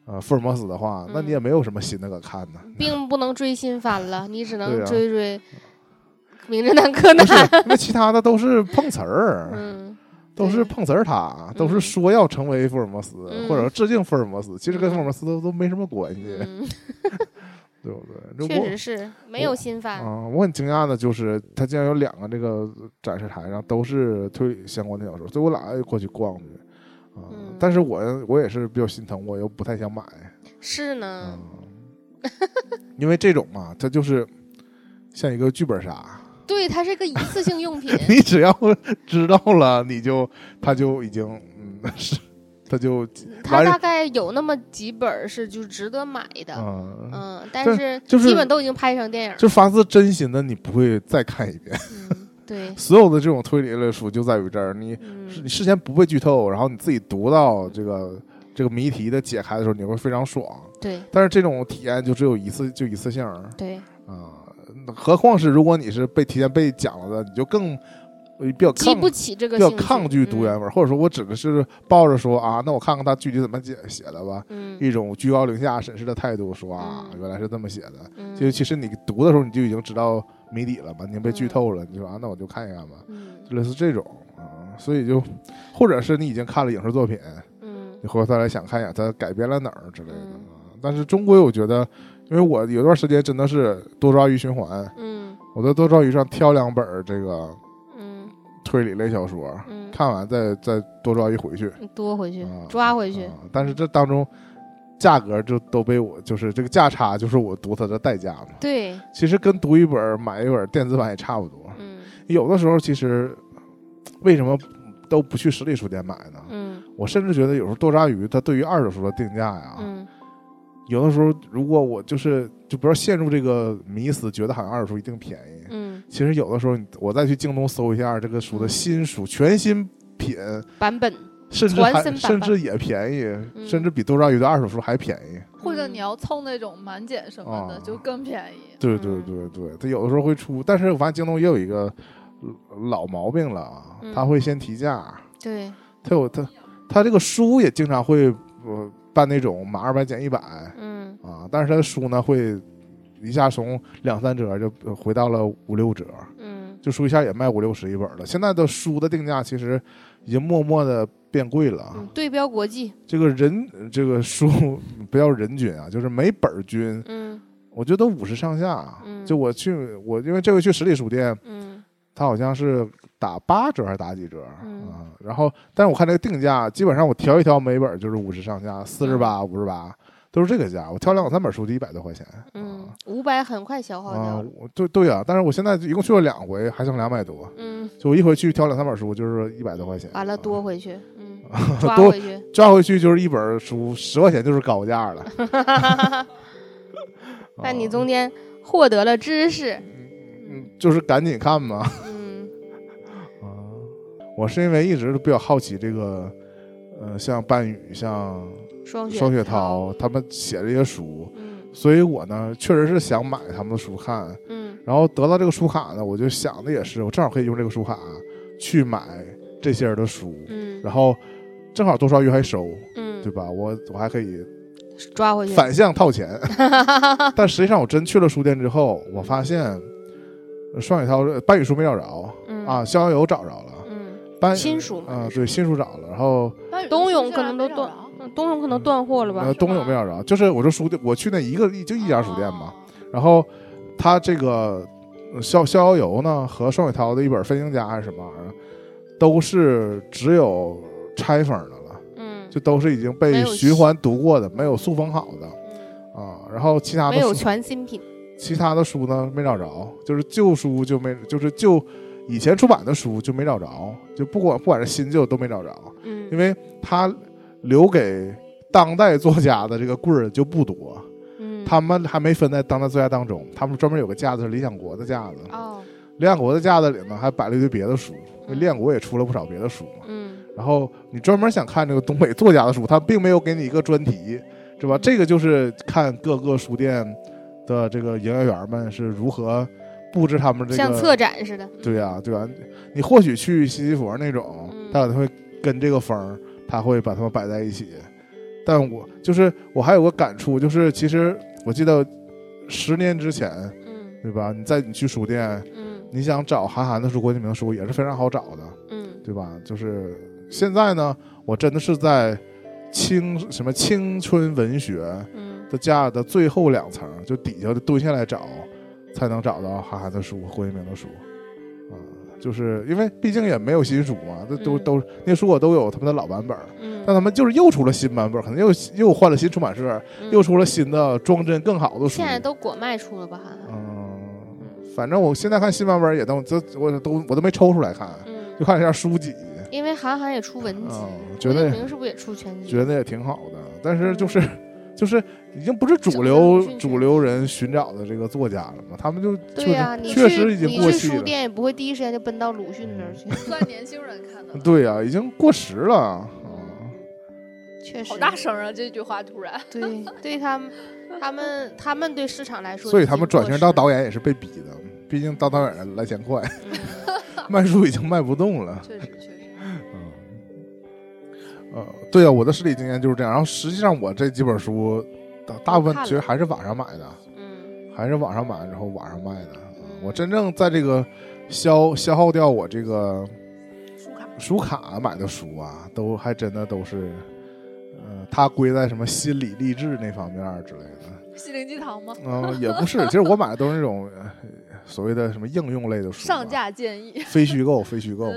Speaker 1: 呃福尔摩斯的话，那你
Speaker 2: 嗯
Speaker 1: 也没有什么新的可看的。
Speaker 2: 并不能追新番了，你只
Speaker 1: 对
Speaker 2: 能
Speaker 1: 啊
Speaker 2: 追追《名侦探柯
Speaker 1: 不
Speaker 2: 南
Speaker 1: 是》。，因为其他的都是碰瓷儿，
Speaker 2: 嗯
Speaker 1: 都是
Speaker 2: 对
Speaker 1: 碰瓷儿塔，都是
Speaker 2: 嗯
Speaker 1: 说要成为福尔摩斯、
Speaker 2: 嗯
Speaker 1: 或者致敬福尔摩斯，其实跟
Speaker 2: 嗯
Speaker 1: 福尔摩斯都都没什么关系，
Speaker 2: 嗯，
Speaker 1: 对不对？如
Speaker 2: 确
Speaker 1: 果
Speaker 2: 实是没有新
Speaker 1: 啊、
Speaker 2: 番。
Speaker 1: 我很惊讶的就是，它竟然有两个这个展示台上都是推理相关的小说，所以我老爱过去逛去。啊、
Speaker 2: 嗯
Speaker 1: 但是我我也是比较心疼，我又不太想买，
Speaker 2: 是
Speaker 1: 啊
Speaker 2: 呢，，
Speaker 1: 因为这种嘛，它就是像一个剧本杀，
Speaker 2: 对，它是一个一次性用品。
Speaker 1: 你只要知道了，你就它就已经嗯是，它就
Speaker 2: 它
Speaker 1: 完
Speaker 2: 大概有那么几本儿是就值得买的，
Speaker 1: 嗯
Speaker 2: 嗯，但
Speaker 1: 对
Speaker 2: 是
Speaker 1: 就是
Speaker 2: 基本都已经拍成电影儿了。
Speaker 1: 就发自真心的，你不会再看一遍。
Speaker 2: 嗯对，
Speaker 1: 所有的这种推理类书就在于这儿，你
Speaker 2: 嗯，
Speaker 1: 你事先不被剧透，然后你自己读到这个这个谜题的解开的时候，你会非常爽。
Speaker 2: 对
Speaker 1: 但是这种体验就只有一次，就一次性儿
Speaker 2: 对
Speaker 1: 啊、何况是如果你是被提前被讲了的，你就更呃比较
Speaker 2: 激
Speaker 1: 抗
Speaker 2: 不起这个
Speaker 1: 比较
Speaker 2: 兴趣嗯
Speaker 1: 抗拒读原文，或者说我只是抱着说啊，那我看看他具体怎么解写的吧，
Speaker 2: 嗯
Speaker 1: 一种居高临下审视的态度，说啊，
Speaker 2: 嗯
Speaker 1: 原来是这么写的。
Speaker 2: 嗯
Speaker 1: 就其实你读的时候，你就已经知道谜底了嘛，你已经被剧透了，你就说啊，那我就看一看吧，
Speaker 2: 嗯
Speaker 1: 类似这种啊、所以就或者是你已经看了影视作品，
Speaker 2: 嗯
Speaker 1: 你回过头来想看一眼它改编了哪儿之类的。
Speaker 2: 嗯
Speaker 1: 啊但是终归我觉得，因为我有段时间真的是多抓鱼循环，
Speaker 2: 嗯
Speaker 1: 我在多抓鱼上挑两本儿这个
Speaker 2: 嗯
Speaker 1: 推理类小说，
Speaker 2: 嗯
Speaker 1: 看完再再多抓鱼回去，
Speaker 2: 嗯，多回去
Speaker 1: 啊
Speaker 2: 抓回去
Speaker 1: 啊，但是这当中。价格就都被我就是这个价差，就是我读它的代价嘛。
Speaker 2: 对，
Speaker 1: 其实跟读一本儿买一本儿电子版也差不多。
Speaker 2: 嗯
Speaker 1: 有的时候其实为什么都不去实体书店买呢？
Speaker 2: 嗯
Speaker 1: 我甚至觉得有时候多抓鱼它对于二手书的定价呀，
Speaker 2: 嗯
Speaker 1: 有的时候如果我就是就不要陷入这个迷思，觉得好像二手书一定便宜。
Speaker 2: 嗯，
Speaker 1: 其实有的时候你我再去京东搜一下这个书的新书、全新品，
Speaker 2: 嗯版本
Speaker 1: 甚至
Speaker 2: 全
Speaker 1: 还
Speaker 2: 新版嗯
Speaker 1: 甚
Speaker 2: 吧
Speaker 1: 至也便宜，甚至比多抓鱼的二手书还便宜。
Speaker 3: 或者你
Speaker 2: 嗯
Speaker 3: 要凑那种满减什么的，
Speaker 1: 哦
Speaker 3: 就更便宜。
Speaker 1: 对对
Speaker 2: 嗯
Speaker 1: 对对，它有的时候会出，但是我发现京东也有一个呃老毛病了啊，他
Speaker 2: 嗯
Speaker 1: 会先提价。
Speaker 2: 对，
Speaker 1: 他有他他这个书也经常会呃办那种满二百减一百
Speaker 2: 嗯
Speaker 1: 啊，但是他的书呢会一下从两三折就呃回到了五六折，
Speaker 2: 嗯
Speaker 1: 就书一下也卖五六十一本了。现在的书的定价其实已经默默的变贵了啊。
Speaker 2: 嗯，对标国际，
Speaker 1: 这个人这个书不要人均啊，就是每本均，
Speaker 2: 嗯
Speaker 1: 我觉得五十上下。
Speaker 2: 嗯
Speaker 1: 就我去我因为这回去实体书店，
Speaker 2: 嗯
Speaker 1: 它好像是打八折还是打几折啊、
Speaker 2: 嗯
Speaker 1: 然后，但是我看这个定价，基本上我挑一挑，每本就是五十上下，四十八、五十八，都是这个价。我挑两三本书就一百多块钱。
Speaker 2: 嗯，五百很快消
Speaker 1: 啊
Speaker 2: 耗
Speaker 1: 啊
Speaker 2: 掉了，，
Speaker 1: 我对对啊，但是我现在一共去了两回，还剩两百多，
Speaker 2: 嗯，
Speaker 1: 就我一回去挑两三本书就是一百多块钱。
Speaker 2: 完了多
Speaker 1: 啊
Speaker 2: 回去，嗯，抓
Speaker 1: 多
Speaker 2: 回去，
Speaker 1: 抓回去就是一本书十块钱就是高价了。
Speaker 2: 但你
Speaker 1: 啊
Speaker 2: 中间获得了知识，
Speaker 1: 嗯就是赶紧看嘛。
Speaker 2: 嗯
Speaker 1: 啊，我是因为一直都比较好奇这个，呃，像半宇、像
Speaker 2: 双
Speaker 1: 双雪
Speaker 2: 涛
Speaker 1: 涛，他们写这些书，
Speaker 2: 嗯
Speaker 1: 所以我呢确实是想买他们的书看，
Speaker 2: 嗯
Speaker 1: 然后得到这个书卡呢，我就想的也是，我正好可以用这个书卡去买这些人的书，
Speaker 2: 嗯
Speaker 1: 然后正好多少鱼还收，对
Speaker 2: 嗯，
Speaker 1: 吧？我我还可以
Speaker 2: 抓回去，
Speaker 1: 反向套 钱，但实际上我真去了书店之后，我发现呃双雪涛半宇书没找着
Speaker 2: 嗯
Speaker 1: 啊，逍遥游找着了，
Speaker 2: 嗯，
Speaker 1: 班
Speaker 2: 新书嘛
Speaker 1: 啊
Speaker 2: 那，是
Speaker 1: 对，新书找了，然后。
Speaker 3: 但有的啊
Speaker 2: 冬
Speaker 3: 书
Speaker 2: 泳
Speaker 3: 竟
Speaker 2: 可
Speaker 3: 然
Speaker 2: 能
Speaker 3: 没
Speaker 2: 都
Speaker 3: 找
Speaker 2: 断
Speaker 3: 着
Speaker 2: 嗯东勇可能断货了吧
Speaker 1: 呃，？东
Speaker 3: 吗
Speaker 1: 有没有着，就是我这书店，我去那一个就一家书店嘛。，
Speaker 3: 哦
Speaker 1: 然后他这个呃逍逍遥游呢和双雪涛的一本《飞行家》还是什么玩意儿，都是只有拆封的了，
Speaker 2: 嗯
Speaker 1: 就都是已经
Speaker 2: 没
Speaker 1: 被
Speaker 2: 有
Speaker 1: 循环读过的，没有塑封好的
Speaker 2: 嗯，
Speaker 1: 啊。然后其他
Speaker 2: 没
Speaker 1: 的
Speaker 2: 有
Speaker 1: 书，
Speaker 2: 全新品，
Speaker 1: 其他的书呢没找着，就是旧书就没，就是旧以前出版的书就没找着，就不管不管是新旧都没找着。因
Speaker 2: 嗯
Speaker 1: 为他留给当代作家的这个棍儿就不多，
Speaker 2: 嗯，
Speaker 1: 他们还没分在当代作家当中，他们专门有个架子是理想国的架子，
Speaker 2: 哦
Speaker 1: 理想国的架子里呢还摆了一堆别的书，因为
Speaker 2: 嗯
Speaker 1: 理想国也出了不少别的书嘛。
Speaker 2: 嗯
Speaker 1: 然后你专门想看这个东北作家的书，他并没有给你一个专题，是吧？这个就是看各个书店的这个营业员们是如何布置他们这个
Speaker 2: 像策展似的，
Speaker 1: 对呀、对吧、你或许去西西弗那种
Speaker 2: 嗯，
Speaker 1: 他可能会跟这个风儿，他会把它们摆在一起。但我就是我还有个感触，就是其实我记得十年之前，
Speaker 2: 嗯
Speaker 1: 对吧？你在你去书店，
Speaker 2: 嗯
Speaker 1: 你想找韩寒的书、郭敬明的书也是非常好找的，
Speaker 2: 嗯
Speaker 1: 对吧？就是现在呢，我真的是在青什么青春文学
Speaker 2: 嗯
Speaker 1: 的架的最后两层，就底下蹲下来找，才能找到韩寒的书、郭敬明的书。啊、就是因为毕竟也没有新书嘛，这都、
Speaker 2: 嗯
Speaker 1: 都那书我都有他们的老版本儿，但
Speaker 2: 嗯，
Speaker 1: 他们就是又出了新版本儿，可能又又换了新出版社，又出了新的装帧更好的书。
Speaker 2: 嗯现在都果麦出了吧？韩寒，
Speaker 1: 嗯，反正我现在看新版本儿也都这我都我都没抽出来看，
Speaker 2: 嗯
Speaker 1: 就，看了一下书籍，
Speaker 2: 因为韩寒也出文集，
Speaker 1: 嗯
Speaker 2: 郭
Speaker 1: 觉得
Speaker 2: 敬明是不是也出全集？嗯
Speaker 1: 觉得也挺好的，但是就是就是已经不是主
Speaker 2: 整
Speaker 1: 流
Speaker 2: 个鲁迅
Speaker 1: 主流人寻找的这个作家了嘛，他们就
Speaker 2: 对
Speaker 1: 确
Speaker 2: 呀、
Speaker 1: 实
Speaker 2: 你
Speaker 1: 确
Speaker 2: 去
Speaker 1: 实已经过
Speaker 2: 你去
Speaker 1: 气
Speaker 2: 书
Speaker 1: 了，嗯
Speaker 2: 店也不会第一时间就奔到鲁迅那儿去，
Speaker 3: 算年轻人看的 了。
Speaker 1: 对呀、已经过时了啊。
Speaker 2: 确实
Speaker 3: 好。大声啊！这句话突然，
Speaker 2: 对，对他们，他们他们对市场来说已经过时，
Speaker 1: 所以他们转型当导演也是被逼的，毕竟当导演来钱 快，
Speaker 2: 嗯
Speaker 1: 卖书已经卖不动了。
Speaker 3: 确实确实，
Speaker 1: 嗯，
Speaker 2: 嗯
Speaker 1: 呃，对啊，我的实体经验就是这样。然后实际上我这几本书，大大部分
Speaker 2: 看了
Speaker 1: 其实还是网上买的，
Speaker 2: 嗯，
Speaker 1: 还是网上买，然后网上卖的。嗯我真正在这个消消耗掉我这个
Speaker 3: 书卡
Speaker 1: 书卡买的书啊，都还真的都是，呃，它归在什么心理励志那方面儿之类的。
Speaker 3: 心灵鸡汤吗？
Speaker 1: 嗯、也不 是，其实我买的都是那种呃所谓的什么应用类的书、
Speaker 3: 上架建议，
Speaker 1: 非虚构，非虚构，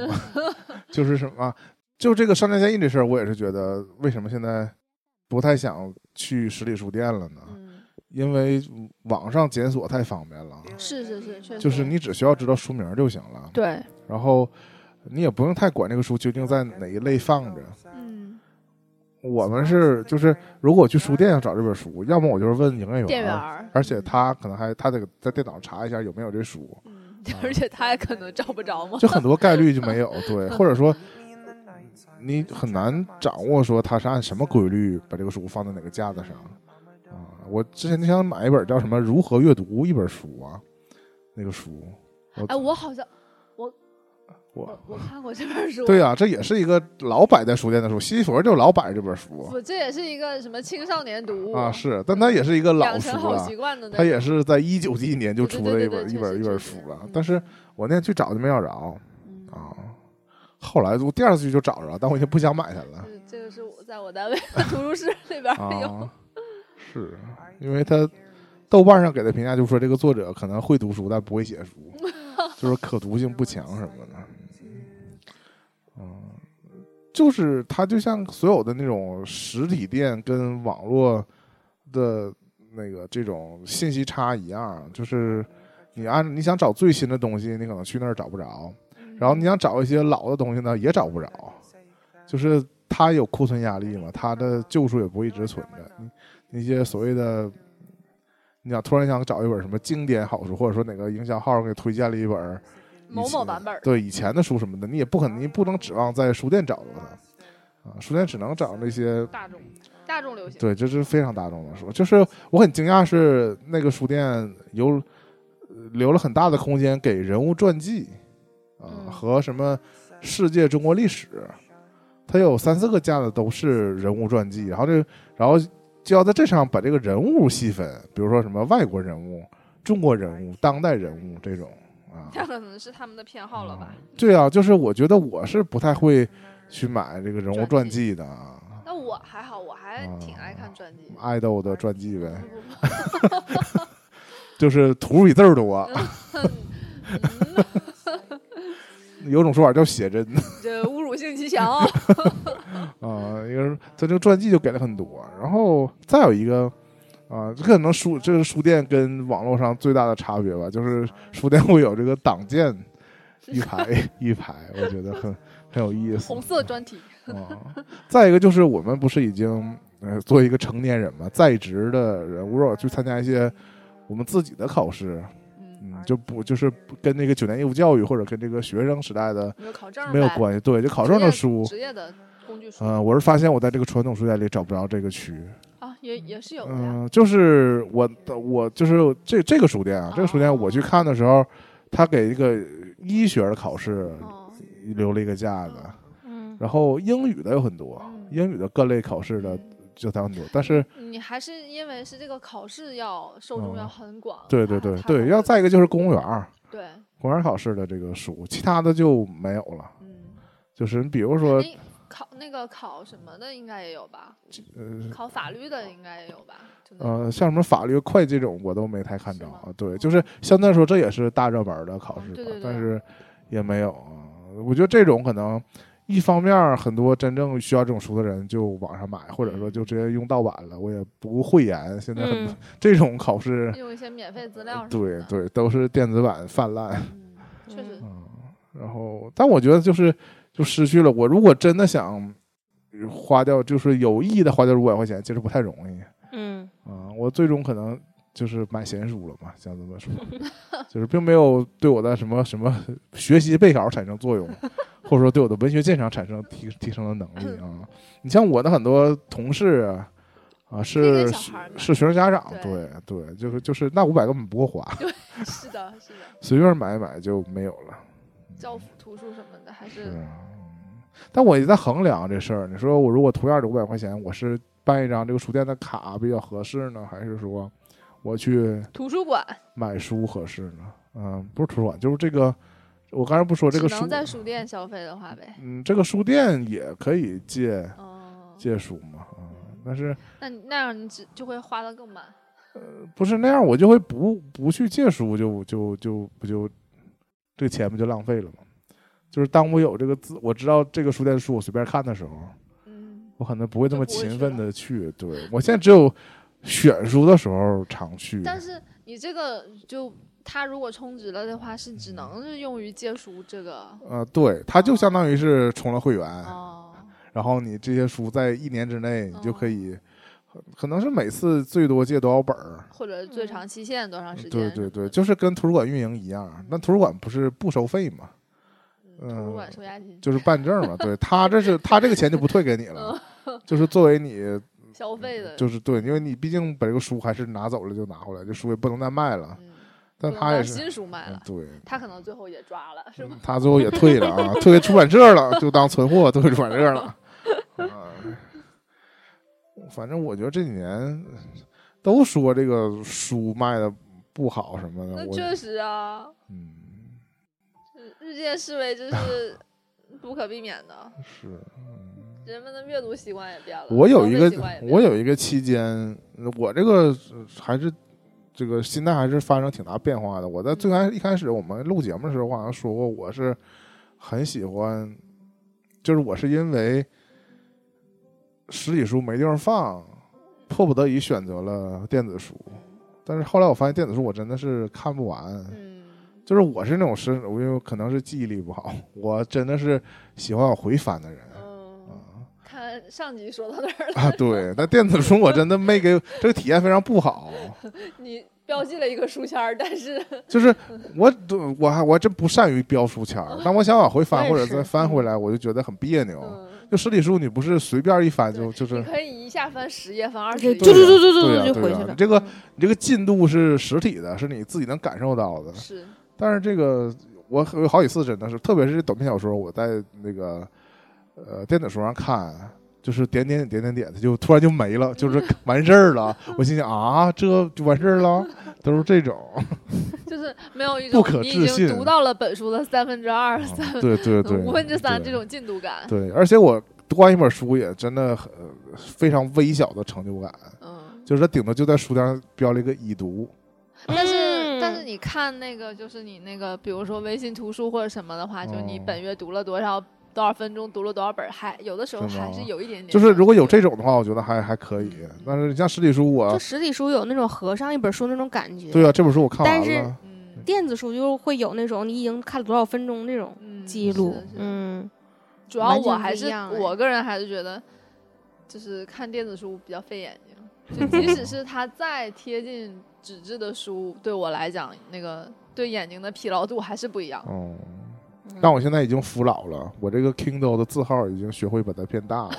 Speaker 1: 就是什么啊，就这个上架建议这事儿，我也是觉得为什么现在不太想去实体书店了呢？
Speaker 3: 嗯，
Speaker 1: 因为网上检索太方便了，
Speaker 3: 是是是，确实
Speaker 1: 就是你只需要知道书名儿就行了，
Speaker 3: 对，
Speaker 1: 然后你也不用太管这个书究竟在哪一类放着。
Speaker 3: 嗯，
Speaker 1: 我们是就是，如果我去书店要找这本书，要么我就是问营业员，
Speaker 3: 店员儿，
Speaker 1: 而且他可能还他得在电脑上查一下有没有这书，
Speaker 3: 嗯， 而且他也可能找 不着嘛，
Speaker 1: 就很多概率就没有，对，或者说你很难掌握说它是按什么规律把这个书放在哪个架子上啊。我之前就想买一本叫什么《如何阅读》一本书啊，那个书，
Speaker 3: 哎，我好像
Speaker 1: 我
Speaker 3: 我我看过这本书，
Speaker 1: 对啊，这也是一个老摆在书店的书，西西弗就老摆这本书
Speaker 3: 不，这也是一个什么青少年读物
Speaker 1: 啊，是，但它也是一个老
Speaker 3: 养
Speaker 1: 书啊
Speaker 3: 成好
Speaker 1: 了
Speaker 3: 习。惯的那种，
Speaker 1: 它也是在一九几几年就
Speaker 3: 对
Speaker 1: 出
Speaker 3: 对
Speaker 1: 的
Speaker 3: 对
Speaker 1: 一
Speaker 3: 对
Speaker 1: 本
Speaker 3: 对
Speaker 1: 一
Speaker 3: 确
Speaker 1: 本
Speaker 3: 实
Speaker 1: 一本
Speaker 3: 确
Speaker 1: 书
Speaker 3: 实
Speaker 1: 了
Speaker 3: 嗯，
Speaker 1: 但是我那天去找就没找着
Speaker 3: 嗯
Speaker 1: 啊。后来我第二次去就找着了，但我已经不想买它了。
Speaker 3: 这这个是我在我单位图书室里边儿有，
Speaker 1: 啊，是啊因为他豆瓣上给的评价就说这个作者可能会读书，但不会写书，就是可读性不强什么的。嗯，就是它就像所有的那种实体店跟网络的那个这种信息差一样，就是你按你想找最新的东西，你可能去那儿找不着，然后你想找一些老的东西呢，也找不着，就是它有库存压力嘛，它的旧书也不会一直存着。你那些所谓的，你想突然想找一本什么经典好书，或者说哪个营销号给推荐了一本儿以
Speaker 3: 某某
Speaker 1: 前
Speaker 3: 版本儿
Speaker 1: 对以前的书什么的，你也不可能，你不能指望在书店找到它啊，书店只能找那些
Speaker 2: 大众大众流行，
Speaker 1: 对，这是非常大众的书。就是我很惊讶，是那个书店有呃留了很大的空间给人物传记啊、
Speaker 2: 嗯
Speaker 1: 和什么世界中国历史，它有三四个架子都是人物传记，然后这然后就要在这上把这个人物细分，比如说什么外国人物、中国人物、当代人物这种啊。
Speaker 3: 他可能是他们的偏好了吧？
Speaker 1: 对啊，就是我觉得我是不太会去买这个人物传
Speaker 3: 传
Speaker 1: 记的啊，
Speaker 3: 那我还好，我还
Speaker 1: 哦
Speaker 3: 挺爱看传记的。
Speaker 1: 爱豆的传记呗。
Speaker 3: 不不
Speaker 1: 就是图比字儿多，
Speaker 3: 嗯不，嗯
Speaker 1: 有种说法叫写真
Speaker 3: 这侮辱性极强哦。
Speaker 1: 啊，因为他这个传记就给了很多，然后再有一个啊，这可能书这是书店跟网络上最大的差别吧，就是书店会有这个党建一排一排，我觉得 很很有意思
Speaker 3: 红色专题，
Speaker 1: 啊。再一个就是我们不是已经呃作为一个成年人嘛，在职的人，如果去参加一些我们自己的考试，
Speaker 3: 嗯，
Speaker 1: 嗯，就不就是不跟那个九年义务教育或者跟这个学生时代的
Speaker 3: 没有考证儿呗
Speaker 1: 没有关系，对，就考证的书。
Speaker 3: 职业的工具书
Speaker 1: 嗯、我是发现我在这个传统书店里找不着这个区。
Speaker 3: 啊，也也是有的呀。
Speaker 1: 嗯、就是我我就是这这个书店啊，这个书店
Speaker 3: 哦
Speaker 1: 我去看的时候，他给一个医学的考试
Speaker 3: 哦，
Speaker 1: 留了一个架子，
Speaker 2: 嗯，
Speaker 1: 然后英语的有很多，
Speaker 3: 嗯
Speaker 1: 英语的各类考试的就它很多，但是
Speaker 3: 你还是因为是这个考试要受众要很广。
Speaker 1: 嗯对对
Speaker 3: 它
Speaker 1: 对
Speaker 3: 它
Speaker 1: 对，
Speaker 3: 会
Speaker 1: 要再一个就是公务员儿
Speaker 3: 对，
Speaker 1: 公务员考试的这个书，其他的就没有了。
Speaker 3: 嗯，
Speaker 1: 就是你比如说，
Speaker 3: 你考那个考什么的应该也有吧？
Speaker 1: 呃
Speaker 3: 考法律的应该也有吧？就那种
Speaker 1: 呃，像什么法律、会计这种，我都没太看着
Speaker 3: 是吗啊
Speaker 1: 啊。对，就是相对来说，这也是大热门的考试吧，
Speaker 3: 对对对
Speaker 1: 但是也没有啊。我觉得这种可能一方面儿很多真正需要这种书的人就网上买，或者说
Speaker 3: 嗯
Speaker 1: 就直接用盗版了。我也不讳言，现在很多、
Speaker 2: 嗯
Speaker 1: 这种考试，
Speaker 3: 用一些免费资料什么
Speaker 1: 对
Speaker 3: 的。
Speaker 1: 对，都是电子版泛滥。
Speaker 3: 嗯，确实，
Speaker 1: 嗯，然后，但我觉得就是就失去了。我如果真的想花掉，就是有意义的花掉五百块钱，其实不太容易。
Speaker 2: 嗯
Speaker 1: 啊我最终可能就是买闲书了嘛，想这么说，就是并没有对我的什么什么学习备考产生作用，或者说对我的文学鉴赏产生提提升的能力啊。你像我的很多同事啊啊，
Speaker 3: 跟
Speaker 1: 是
Speaker 3: 小
Speaker 1: 是
Speaker 3: 孩儿买
Speaker 1: 是学生家长，对
Speaker 3: 对
Speaker 1: 对，就是就是那五百根本不够花，
Speaker 3: 是的，是的，
Speaker 1: 随便买一买就没有了。
Speaker 3: 教辅图书什么的，还
Speaker 1: 是
Speaker 3: 是
Speaker 1: 啊，但我也在衡量这事儿。你说我如果图样的五百块钱，我是办一张这个书店的卡比较合适呢，还是说我去
Speaker 3: 图书馆
Speaker 1: 买书合适呢？嗯，不是图书馆，就是这个，我刚才不说这
Speaker 3: 只
Speaker 1: 个书
Speaker 3: 能，在书店消费的话呗。
Speaker 1: 嗯，这个书店也可以借
Speaker 3: 哦，
Speaker 1: 借书嘛，啊、但是
Speaker 3: 那你那样你只就会花的更满。
Speaker 1: 不是那样，我就会不不去借书就，就就不就这个钱不就浪费了吗？就是当我有这个自，我知道这个书店的书我随便看的时候，
Speaker 3: 嗯，
Speaker 1: 我可能不会那么
Speaker 3: 就不会
Speaker 1: 勤
Speaker 3: 去
Speaker 1: 奋
Speaker 3: 了
Speaker 1: 的去。对我现在只有选书的时候常去，
Speaker 3: 但是你这个就它如果充值了的话，是只能是用于借书这个。
Speaker 1: 呃，对，它就相当于是充了会员，
Speaker 3: 哦，
Speaker 1: 然后你这些书在一年之内你就可以，可能是每次最多借多少本儿。
Speaker 3: 或者最长期限多长时间？
Speaker 1: 嗯对对对，就是跟图书馆运营一样，啊那图书馆不是不收费嘛，
Speaker 3: 嗯，图书馆收押金
Speaker 1: 就是办证嘛。 对他这是他这个钱就不退给你了，
Speaker 3: 哦
Speaker 1: 就是作为你
Speaker 3: 消费的，
Speaker 1: 嗯就是对，因为你毕竟把这个书还是拿走了就拿回来，这书也不能再卖了。
Speaker 3: 嗯，
Speaker 1: 但
Speaker 3: 不能
Speaker 1: 他也
Speaker 3: 当
Speaker 1: 是
Speaker 3: 新书卖
Speaker 1: 嗯
Speaker 3: 了，
Speaker 1: 对，
Speaker 3: 他可能最后也抓了，是吧？
Speaker 1: 他最后也退了啊，退给出版社了，就当存货退给出版社 了。啊，反正我觉得这几年都说这个书卖的不好什么的，
Speaker 3: 那
Speaker 1: 嗯我
Speaker 3: 确实啊，
Speaker 1: 嗯
Speaker 3: 日渐式微 这是不可避免的，
Speaker 1: 是。
Speaker 3: 人们的阅读习惯也变了，
Speaker 1: 嗯我有一个
Speaker 3: 消费习惯也，变了
Speaker 1: 我有一个期间，我这个呃还是这个心态还是发生挺大变化的。我在最开一开始我们录节目的时候，我好像说过，我是很喜欢，就是我是因为实体书没地方放，迫不得已选择了电子书。但是后来我发现电子书我真的是看不完，
Speaker 3: 嗯，
Speaker 1: 就是我是那种是，我因为可能是记忆力不好，我真的是喜欢往回翻的人。
Speaker 3: 嗯，
Speaker 1: 啊。
Speaker 3: 看上集说到哪儿了？
Speaker 1: 啊，对，那电子书我真的没给这个体验非常不好，
Speaker 3: 你标记了一个书签儿，但是
Speaker 1: 就是我我还我还真不善于标书签儿，当我想往回翻
Speaker 4: 我也
Speaker 1: 或者
Speaker 4: 是嗯
Speaker 1: 再翻回来，我就觉得很别扭。
Speaker 3: 嗯，
Speaker 1: 就实体书，你不是随便一翻哦就
Speaker 3: 对
Speaker 1: 就是
Speaker 3: 你可以一下翻十页，翻二
Speaker 4: 就
Speaker 3: 十页，
Speaker 1: 对
Speaker 4: 就
Speaker 1: 呀
Speaker 4: 就就就
Speaker 1: 对呀
Speaker 4: 就
Speaker 1: 对
Speaker 4: 回
Speaker 1: 呀
Speaker 4: 去了嗯
Speaker 1: 你这个你这个进度是实体的，是你自己能感受到的。
Speaker 3: 是
Speaker 1: 但是这个我有好几次真的是，特别是短篇小说，我在那个呃电子书上看，就是点点点点点，它就突然就没 了，就是完事儿了。我心想啊，这就完事儿了，都是这种。
Speaker 3: 就是没有一
Speaker 1: 不
Speaker 3: 种
Speaker 1: 可
Speaker 3: 你
Speaker 1: 置
Speaker 3: 已经
Speaker 1: 信
Speaker 3: 读到了本书的三分之二、三
Speaker 1: 啊对对对，
Speaker 3: 五分之三这
Speaker 1: 对
Speaker 3: 种进度感，
Speaker 1: 对，而且我读完一本书也真的很非常微小的成就感，
Speaker 3: 嗯，
Speaker 1: 就是它顶多就在书单上标了一个已读，
Speaker 3: 但是但是
Speaker 4: 嗯
Speaker 3: 你看那个，就是你那个，比如说微信图书或者什么的话，就你
Speaker 1: 哦
Speaker 3: 本月读了多少多少分钟，读了多少本儿，还有的时候
Speaker 1: 是吗
Speaker 3: 还是有一点点。
Speaker 1: 就是如果有这种的话，我觉得还还可以。
Speaker 3: 嗯
Speaker 1: 但是你像实体书我，
Speaker 2: 就实体书有那种合上一本书那种感觉，
Speaker 1: 对啊，这本书我看
Speaker 2: 但
Speaker 1: 完
Speaker 2: 是
Speaker 1: 了，
Speaker 3: 嗯
Speaker 2: 电子书就会有那种你已经看了多少分钟那种
Speaker 3: 嗯
Speaker 2: 记录
Speaker 3: 是的，是的
Speaker 2: 嗯，
Speaker 3: 主要
Speaker 2: 完全
Speaker 3: 我
Speaker 2: 不
Speaker 3: 还
Speaker 2: 一
Speaker 3: 是
Speaker 2: 样哎
Speaker 3: 我个人还是觉得，就是看电子书比较费眼睛。就即 使是它再贴近纸质的书，对我来讲，那个对眼睛的疲劳度还是不一样。
Speaker 1: 嗯。但我现在已经服老了，我这个 Kindle 的字号已经学会把它变大了。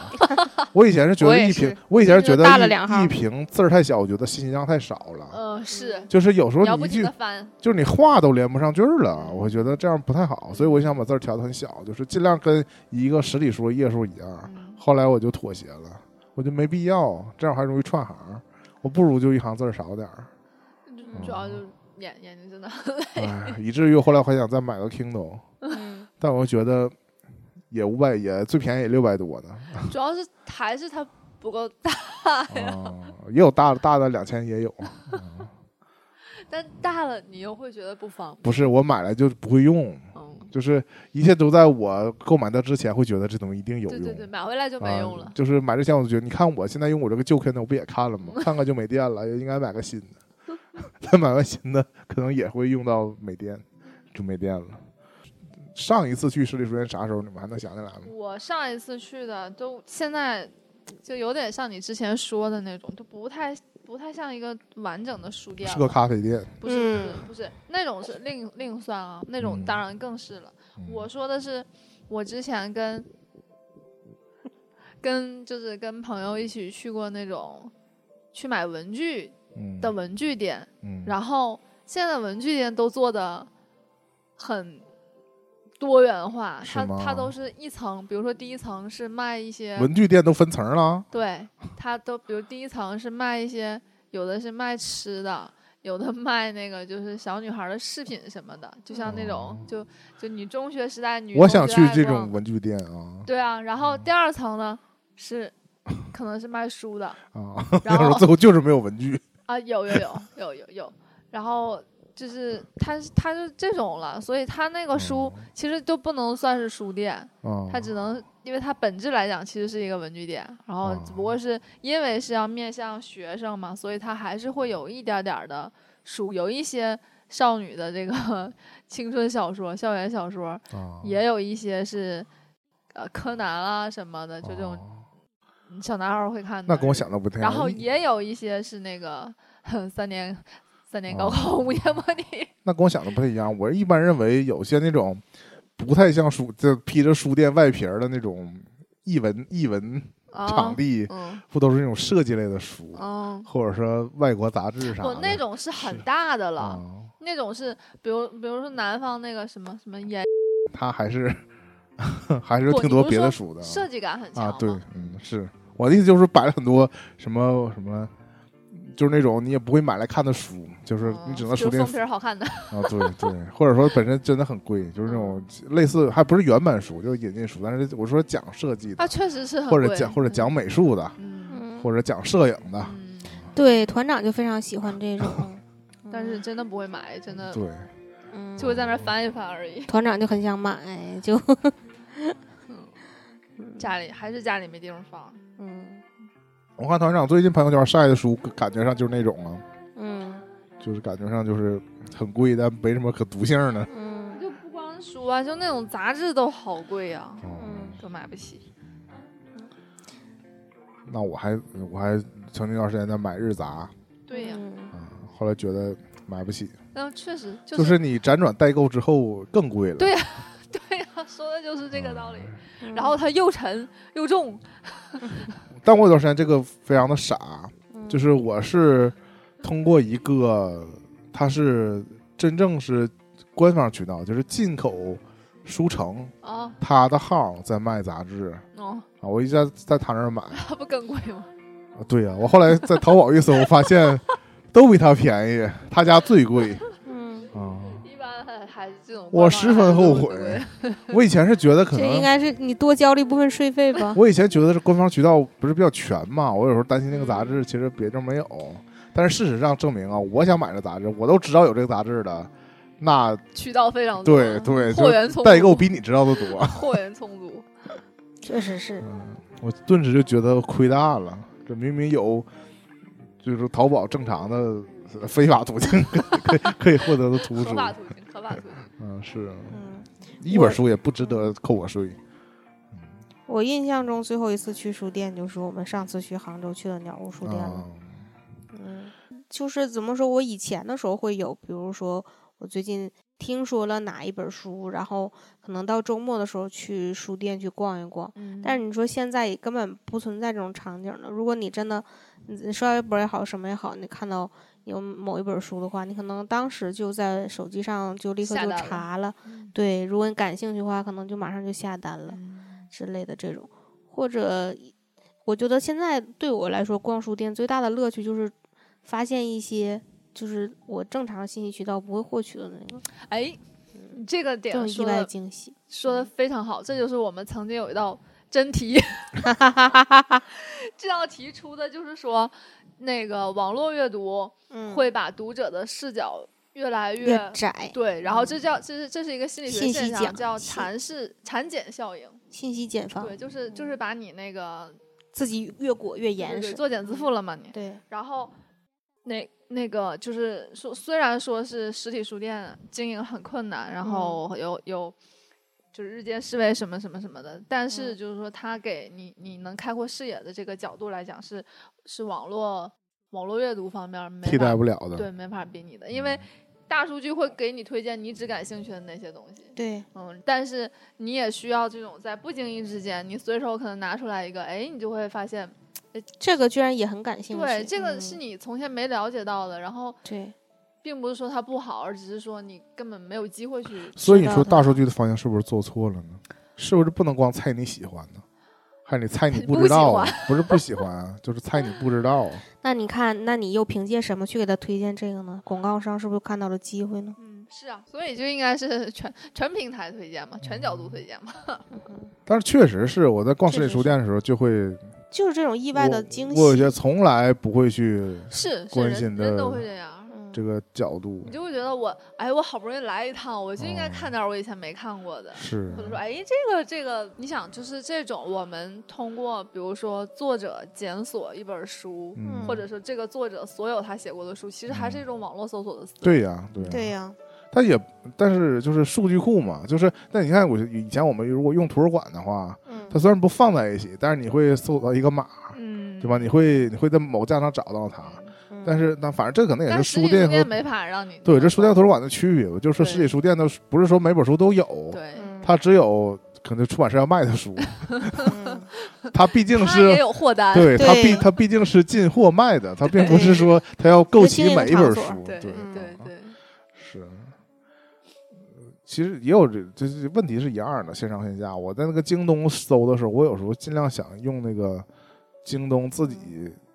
Speaker 1: 我以前是觉
Speaker 2: 我
Speaker 1: 得
Speaker 2: 也
Speaker 1: 一
Speaker 2: 是
Speaker 1: 屏，我以前是觉
Speaker 2: 就
Speaker 1: 得
Speaker 2: 大了两号
Speaker 1: 一一屏字儿太小，我觉得信息量太少了。
Speaker 3: 嗯，是，
Speaker 1: 就是有时候
Speaker 3: 你要
Speaker 1: 你
Speaker 3: 不
Speaker 1: 一句
Speaker 3: 停的翻，
Speaker 1: 就是你话都连不上句儿了，我觉得这样不太好，所以我想把字儿调的很小，就是尽量跟一个实体书页数一样。
Speaker 3: 嗯，
Speaker 1: 后来我就妥协了，我就没必要，这样还容易串行，我不如就一行字儿少点儿。
Speaker 3: 主要
Speaker 1: 哦
Speaker 3: 就眼眼睛真的
Speaker 1: 哎，以至于后来我还想再买个 Kindle，但我觉得也五百，也最便宜也六百多呢，
Speaker 3: 主要是还是它不够大，
Speaker 1: 啊，也有大的大的两千也有，啊
Speaker 3: 但大了你又会觉得不方便。
Speaker 1: 不是我买来就不会用，
Speaker 3: 嗯，
Speaker 1: 就是一切都在我购买它之前会觉得这东西一定有
Speaker 3: 对
Speaker 1: 用。
Speaker 3: 对对，买回来就没用
Speaker 1: 啊
Speaker 3: 了。。
Speaker 1: 就是买之前我就觉得，你看我现在用我这个旧 Kindle 不也看了吗？看看就没电了，也应该买个新的。 但买完新的，可能也会用到没电，就没电了。上一次去实体书店啥时候？你们还能想起来吗？
Speaker 3: 我上一次去的都现在就有点像你之前说的那种，就不太不太像一个完整的书店了，
Speaker 1: 是个咖啡店。
Speaker 3: 不是不是
Speaker 5: 嗯
Speaker 3: 不是那种是另另算啊，那种
Speaker 1: 嗯
Speaker 3: 当然更是了。
Speaker 1: 嗯
Speaker 3: 我说的是，我之前跟 跟就是跟朋友一起去过那种去买文具
Speaker 1: 嗯
Speaker 3: 的文具店，
Speaker 1: 嗯，
Speaker 3: 然后现在文具店都做的很多元化，
Speaker 1: 是
Speaker 3: 它
Speaker 1: 吗
Speaker 3: 它都是一层，比如说第一层是卖一些
Speaker 1: 文具店都分层了，
Speaker 3: 对，它都比如第一层是卖一些，有的是卖吃的，有的卖那个就是小女孩儿的饰品什么的，就像那种、
Speaker 1: 哦
Speaker 3: 就就你中学时代女
Speaker 1: 我
Speaker 3: 同
Speaker 1: 想
Speaker 3: 学
Speaker 1: 去
Speaker 3: 爱
Speaker 1: 这
Speaker 3: 逛
Speaker 1: 种文具店啊
Speaker 3: 对啊，然后第二层呢是可能是卖书 的
Speaker 1: 啊！
Speaker 3: 然
Speaker 1: 时候
Speaker 3: 后
Speaker 1: 最后就是没有文具，
Speaker 3: 啊有有有有有有，然后就是它是它是这种了，所以它那个
Speaker 1: 哦
Speaker 3: 书其实都不能算是书店，
Speaker 1: 啊，
Speaker 3: 它只能，因为它本质来讲其实是一个文具店，然后只
Speaker 1: 哦
Speaker 3: 不过是因为是要面向学生嘛，所以它还是会有一点点儿的书，有一些少女的这个 青春小说、校园小说，
Speaker 1: 啊
Speaker 3: 也有一些是呃柯南啊什么的，就这种
Speaker 1: 哦
Speaker 3: 小男孩儿会看的。
Speaker 1: 那跟我想的不太一样。
Speaker 3: 然后也有一些是那个三年三年高考、
Speaker 1: 哦
Speaker 3: 午夜模拟，
Speaker 1: 那跟我想的不太一样。我一般认为有些那种不太像书，就披着书店外皮儿的那种译文译文场
Speaker 3: 啊，
Speaker 1: 地，
Speaker 3: 嗯
Speaker 1: 不都是那种设计类的书，
Speaker 3: 嗯，
Speaker 1: 或者说外国杂志啥的。
Speaker 3: 我那种是很大的了。
Speaker 1: 啊，
Speaker 3: 那种是，比如比如说南方那个什么什么演
Speaker 1: 哦他还是 还是
Speaker 3: 不
Speaker 1: 挺
Speaker 3: 你
Speaker 1: 多
Speaker 3: 不是
Speaker 1: 别的
Speaker 3: 说
Speaker 1: 书的
Speaker 3: 设计感很强
Speaker 1: 啊
Speaker 3: 嘛。。
Speaker 1: 对，嗯，是我的意思就是摆了很多什么什么。就是那种你也不会买来看的书，就是
Speaker 3: 嗯
Speaker 1: 你只能
Speaker 3: 就
Speaker 1: 书
Speaker 3: 是
Speaker 1: 店
Speaker 3: 封皮儿好嗯看的，
Speaker 1: 啊，对对，或者说本身真的很贵，就是那种类似还不是原版书，就是引进书，但是我说讲设计的
Speaker 3: 它，啊确实是很
Speaker 1: 或者
Speaker 3: 贵
Speaker 1: 讲啊或者，讲美术的，
Speaker 3: 嗯
Speaker 5: 嗯，
Speaker 1: 或者讲摄影的，
Speaker 3: 嗯，，
Speaker 2: 对，团长就非常喜欢这种
Speaker 3: 但是真的不会买，真的
Speaker 1: 对，
Speaker 2: 嗯，
Speaker 3: 就会在那儿翻一翻而已。
Speaker 2: 团长就很想买，就
Speaker 3: 家里还是家里没地方放，
Speaker 2: 嗯
Speaker 1: 我看团长最近朋友圈晒的书，感觉上就是那种啊，
Speaker 2: 嗯
Speaker 1: 就是感觉上就是很贵，但没什么可读性的。
Speaker 2: 嗯，
Speaker 3: 就不光是书啊，就那种杂志都好贵啊，
Speaker 1: 嗯
Speaker 2: 嗯，
Speaker 3: 都买不起。
Speaker 1: 那我还我还曾经一段时间在买日杂，
Speaker 3: 对呀、
Speaker 2: 嗯
Speaker 1: 嗯，后来觉得买不起，
Speaker 3: 但确实就
Speaker 1: 嗯就是你辗转代购之后更贵了。
Speaker 3: 对对呀、说的就是这个道理。
Speaker 2: 嗯
Speaker 3: 然后它又沉又重，
Speaker 1: 但我有段时间这个非常的傻，
Speaker 2: 嗯
Speaker 1: 就是我是通过一个，它是真正是官方渠道，就是进口书城，
Speaker 3: 啊，
Speaker 1: 他的号在卖杂志
Speaker 3: 哦，
Speaker 1: 啊，我一直在在他那儿买。啊
Speaker 3: 它不更贵吗？
Speaker 1: 对啊呀、我后来在淘宝一搜，发现都比他便宜，他家最贵
Speaker 2: 嗯，
Speaker 1: 啊。
Speaker 3: 一般还还是这种
Speaker 1: 我
Speaker 3: 官方
Speaker 1: 十
Speaker 3: 还
Speaker 1: 分
Speaker 3: 是这
Speaker 1: 后
Speaker 3: 么
Speaker 1: 悔
Speaker 3: 贵
Speaker 1: 我以前是觉得可
Speaker 2: 这应
Speaker 1: 能，？
Speaker 2: 该是你多交了一部分税费吧
Speaker 1: 我以前觉得是官方渠道不是比较全嘛，我有时候担心那个杂
Speaker 3: 嗯
Speaker 1: 志其实别地儿没有。但是事实上证明啊，我想买这杂志，我都知道有这个杂志的，那
Speaker 3: 渠道非常多，啊嗯
Speaker 1: 对对，就
Speaker 3: 货
Speaker 1: 是
Speaker 3: 源充足，
Speaker 1: 代购比你知道的 多。
Speaker 3: 货源充 足，
Speaker 2: 确实是，
Speaker 1: 嗯，我顿时就觉得亏大了，这明明有，就是淘宝正常的呃非法途径 可以可以获得的图
Speaker 3: 合
Speaker 1: 书，
Speaker 3: 法途径，合法途径。
Speaker 1: 嗯，是
Speaker 2: 嗯，
Speaker 1: 一本书也不值得扣我税，
Speaker 2: 我印象中最后一次去书店就是我们上次去杭州去的鸟屋书店了。
Speaker 1: 嗯
Speaker 2: 嗯，就是怎么说，我以前的时候会有，比如说我最近听说了哪一本书，然后可能到周末的时候去书店去逛一逛。
Speaker 3: 嗯
Speaker 2: 但是你说现在也根本不存在这种场景了。如果你真的，你刷微博也好，什么也好，你看到有某一本书的话，你可能当时就在手机上就立刻
Speaker 3: 下
Speaker 2: 就
Speaker 3: 单了
Speaker 2: 查了。对，如果你感兴趣的话，可能就马上就下单了。
Speaker 3: 嗯
Speaker 2: 之类的这种，或者我觉得现在对我来说，逛书店最大的乐趣就是发现一些就是我正常信息渠道不会获取的那个
Speaker 3: 哎，你这个
Speaker 2: 这
Speaker 3: 点
Speaker 2: 种意
Speaker 3: 说
Speaker 2: 外
Speaker 3: 的
Speaker 2: 惊喜。
Speaker 3: 说的非常好，这就是我们曾经有一道真题， 这道题出的就是说，那个网络阅读
Speaker 2: 嗯，
Speaker 3: 会把读者的视角越来
Speaker 2: 越窄，
Speaker 3: 对，然后这叫这是这是一个心理
Speaker 2: 嗯
Speaker 3: 学
Speaker 2: 信息
Speaker 3: 现象，
Speaker 2: 茧
Speaker 3: 叫
Speaker 2: 信嗯
Speaker 3: 蚕视蚕茧效应。
Speaker 2: 信息茧房
Speaker 3: 对，，就是就是把你那个
Speaker 2: 自己越裹越严
Speaker 3: 对对
Speaker 2: 实。
Speaker 3: 作茧自缚了嘛你。
Speaker 2: 对，
Speaker 3: 然后那那个就是说，虽然说是实体书店经营很困难，
Speaker 2: 嗯
Speaker 3: 然后有有就是日间思维什么什么什么的，但
Speaker 2: 嗯
Speaker 3: 是就是说，它给你你能开阔视野的这个角度来讲是，是网络网络阅读方面没
Speaker 1: 替代
Speaker 3: 法
Speaker 1: 不了的。
Speaker 3: 对没法比拟的，因为
Speaker 2: 嗯
Speaker 3: 大数据会给你推荐你只感兴趣的那些东西。
Speaker 4: 对，
Speaker 3: 嗯，但是你也需要这种在不经意之间，你随手可能拿出来一个，哎，你就会发现，
Speaker 4: 这个居然也很感兴趣。
Speaker 3: 对，这个
Speaker 4: 嗯
Speaker 3: 是你从前没了解到的，然后
Speaker 4: 对，
Speaker 3: 并不是说它不好，而只是说你根本没有机会去。
Speaker 1: 所以
Speaker 4: 是
Speaker 1: 你
Speaker 4: 的
Speaker 1: 说大数据的方向是不是做错了呢？是不是不能光猜你喜欢呢？还是你猜你
Speaker 3: 不
Speaker 1: 知
Speaker 3: 喜
Speaker 1: 道啊？不是不喜欢啊，就是猜你不知道啊。
Speaker 4: 那你看，那你又凭借什么去给他推荐这个呢？广告商是不是看到了机会呢？
Speaker 3: 嗯，是啊，所以就应该是全全平台推荐嘛，全角度推荐嘛。
Speaker 1: 但是确实是我在逛实体
Speaker 4: 确实
Speaker 1: 书店的时候，就会
Speaker 4: 就是这种意
Speaker 1: 意
Speaker 4: 外的惊
Speaker 1: 我有些
Speaker 4: 喜。
Speaker 1: 从来不会去
Speaker 3: 是是
Speaker 1: 关心
Speaker 3: 人人
Speaker 1: 的
Speaker 3: 都会这样，
Speaker 4: 嗯
Speaker 1: 这个角度
Speaker 3: 你，就会觉得我，哎，我好不容易来一趟，我就应该
Speaker 1: 哦
Speaker 3: 看点儿我以前没看过的。
Speaker 1: 是
Speaker 3: 或者说，哎，这个这个，你想，就是这种，我们通过比如说作者检索一本书，
Speaker 1: 嗯，
Speaker 3: 或者说这个作者所有他写过的书，其实还是一种网络搜索的思维。
Speaker 1: 对呀、对呀、
Speaker 2: 嗯
Speaker 4: 对呀、
Speaker 1: 但也但是就是数据库嘛，就是那你看我以前我们如果用图书馆的话，
Speaker 4: 嗯
Speaker 1: 它，虽然不放在一起，但是你会搜到一个码，
Speaker 3: 嗯，
Speaker 1: 对吧？你会你会在某站上找到它，
Speaker 4: 嗯
Speaker 1: 但是那反正这可能也
Speaker 3: 但
Speaker 1: 是
Speaker 3: 实
Speaker 1: 书
Speaker 3: 体
Speaker 1: 店
Speaker 3: 书店
Speaker 1: 和
Speaker 3: 没法让你
Speaker 1: 对这书店和图书馆的区别吧，就是说
Speaker 3: 对
Speaker 1: 实体书店的不是说每本书都有，
Speaker 3: 对，
Speaker 4: 嗯
Speaker 1: 它只有可能出版社要卖的 书，
Speaker 4: 嗯
Speaker 1: 它毕竟
Speaker 3: 它也
Speaker 1: 是。
Speaker 3: 有货单，
Speaker 1: 对它
Speaker 4: 对
Speaker 1: 毕它毕竟是进货卖的，它并不是
Speaker 4: 对
Speaker 1: 说它要购
Speaker 4: 是
Speaker 1: 齐
Speaker 4: 经营
Speaker 1: 每一本
Speaker 4: 场
Speaker 1: 书
Speaker 4: 所，
Speaker 3: 对
Speaker 1: 对
Speaker 4: 嗯
Speaker 3: 对
Speaker 1: 啊
Speaker 3: 对，
Speaker 1: 是，其实也有这，就是问题是一样的，线上线下。我在那个京东搜的时候，我有时候尽量想用那个京东自己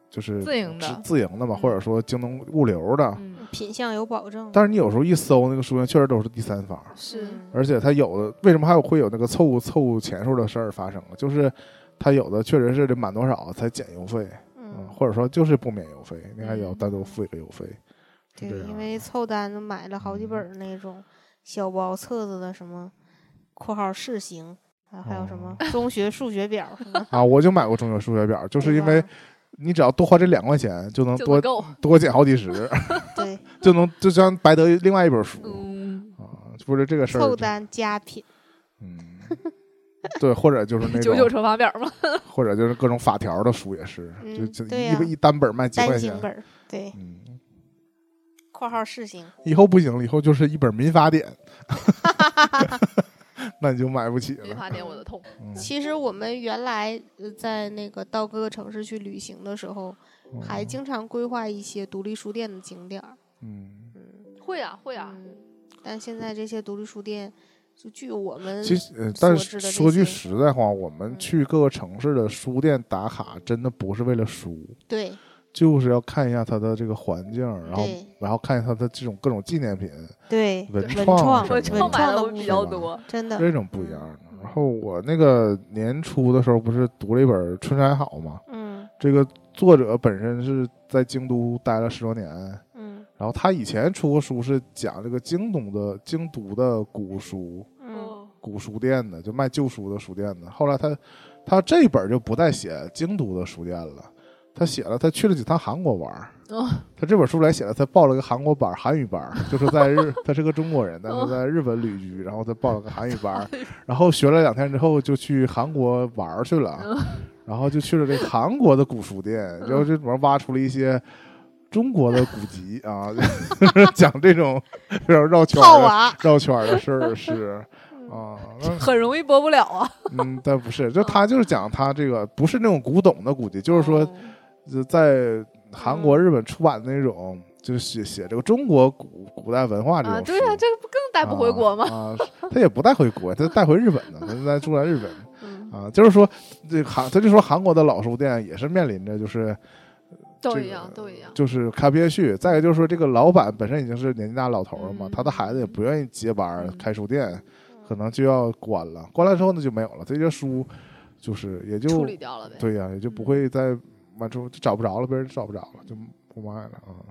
Speaker 1: 就是
Speaker 3: 自营的
Speaker 1: 自自营的嘛，
Speaker 3: 嗯
Speaker 1: 或者说京东物流的。
Speaker 3: 嗯，
Speaker 4: 品相有保证。
Speaker 1: 但是你有时候一搜那个书店，确实都是第三方，
Speaker 3: 是
Speaker 4: 嗯
Speaker 1: 而且它有的为什么还有会有那个凑凑钱数的事儿发生呢？就是它有的确实是得满多少才减邮费，嗯，
Speaker 4: 嗯，
Speaker 1: 或者说就是不免邮费，你还要
Speaker 3: 嗯
Speaker 1: 单独付一个邮费。是
Speaker 4: 对，
Speaker 1: 这样，
Speaker 4: 因为凑单子买了好几本儿那种小包册子的什么（括号试行）啊，还有什么中学数学表儿什么
Speaker 1: 啊，我就买过中学数学表，哦 就是因为
Speaker 4: 对吧
Speaker 1: 你只要多花这两块钱，就能
Speaker 3: 就
Speaker 1: 多
Speaker 3: 能够，
Speaker 1: 多减好几 十，
Speaker 4: 对
Speaker 1: 就能就像白得另外一本书、
Speaker 3: 嗯，
Speaker 1: 啊，不是这 个事儿。
Speaker 4: 凑单加品，
Speaker 1: 嗯，对，或者就是那
Speaker 3: 九九
Speaker 1: 种，
Speaker 3: 乘法表嘛，
Speaker 1: 或者就是各种法条的书也是，就
Speaker 4: 嗯
Speaker 1: 就
Speaker 4: 对
Speaker 1: 一、
Speaker 4: 呀
Speaker 1: 一单本卖几
Speaker 4: 单
Speaker 1: 块
Speaker 4: 行
Speaker 1: 钱
Speaker 4: 本。儿，对
Speaker 1: 嗯，
Speaker 4: （括号试行
Speaker 1: 以后不行了，以后就是一本民 法典， 那你就买不起
Speaker 3: 民
Speaker 1: 了。
Speaker 3: 法典我的痛，
Speaker 1: 嗯）。
Speaker 4: 其实我们原来呃在那个到各个城市去旅行的时
Speaker 1: 哦
Speaker 4: 候，还经常规划一些独立书店的景点儿。
Speaker 1: 嗯，
Speaker 4: 嗯，
Speaker 3: 会啊会啊，
Speaker 4: 嗯但现在这些独立书店，就据我们
Speaker 1: 其实呃，
Speaker 4: 所
Speaker 1: 但
Speaker 4: 知
Speaker 1: 是
Speaker 4: 的这
Speaker 1: 说句
Speaker 4: 些
Speaker 1: 实在话，我们
Speaker 4: 嗯
Speaker 1: 去各个城市的书店打卡，真的不是为了书。
Speaker 4: 对
Speaker 1: 就是要看一下它的这个环境，然后
Speaker 4: 对
Speaker 1: 然后看一下它的这种各种纪念品、
Speaker 4: 对
Speaker 1: 文
Speaker 4: 文
Speaker 1: 创
Speaker 4: 创
Speaker 1: 什么
Speaker 3: 我
Speaker 4: 文
Speaker 3: 超
Speaker 1: 的，
Speaker 3: 买
Speaker 4: 创嗯的
Speaker 3: 的会
Speaker 4: 故
Speaker 3: 比
Speaker 4: 事
Speaker 3: 较
Speaker 1: 吧
Speaker 3: 多，
Speaker 4: 真的，
Speaker 1: 这种不一样的。然后我那个年初的时候不是读了一本《春山好》嘛，
Speaker 4: 嗯
Speaker 1: 这个作者本身是在京都待了十多年，
Speaker 4: 嗯
Speaker 1: 然后他以前出过书是讲这个京东的京都的古书、
Speaker 3: 哦
Speaker 4: 嗯，
Speaker 1: 古书店的，就卖旧书的书店的。后来他他这本就不再写京都的书店了，他写了他去了几趟韩国玩儿。
Speaker 3: 哦，
Speaker 1: 他这本书来写了，他报了个韩国班儿韩语班儿，就是在日，他是个中国人，但是在日本旅居，然后他报了个韩语班儿，然后学了两天之后就去韩国玩儿去了，然后就去了这个韩国的古书店，然后这里面挖出了一些中国的古籍啊， 讲这种绕绕圈
Speaker 4: 套
Speaker 1: 儿啊
Speaker 4: 娃，
Speaker 1: 的绕圈儿的事 儿是
Speaker 3: 嗯
Speaker 1: 啊，那
Speaker 3: 很容易播不了啊，
Speaker 1: 嗯，但不是，就他就是讲他这个不是那种古董的古籍，就是
Speaker 3: 哦
Speaker 1: 说
Speaker 3: 嗯
Speaker 1: 就在韩国、
Speaker 4: 嗯
Speaker 1: 日本出版的那种，就是写写这个中国古古代文化这种
Speaker 3: 啊，
Speaker 1: 书。
Speaker 3: 对呀，这不更带不回国吗？
Speaker 1: 啊？啊，他也不带回国，他带回日本呢，他在住在 日本
Speaker 4: 嗯
Speaker 1: 啊。就是说，这韩他就说韩国的老书店也是面临着就是
Speaker 3: 都
Speaker 1: 这
Speaker 3: 一
Speaker 1: 个
Speaker 3: 样，都一样，
Speaker 1: 就是开不下去。再一个就是说，这个老板本身已经是年纪大老头了嘛，
Speaker 3: 嗯
Speaker 1: 他的孩子也不愿意接班儿
Speaker 3: 嗯
Speaker 1: 开书店，可能就要关了。关了之后呢就没有了，这些书就是也就
Speaker 3: 处理掉了呗。
Speaker 1: 对呀、也就不
Speaker 3: 嗯
Speaker 1: 会再完出就找不着了，别人找不着了，就不卖了啊。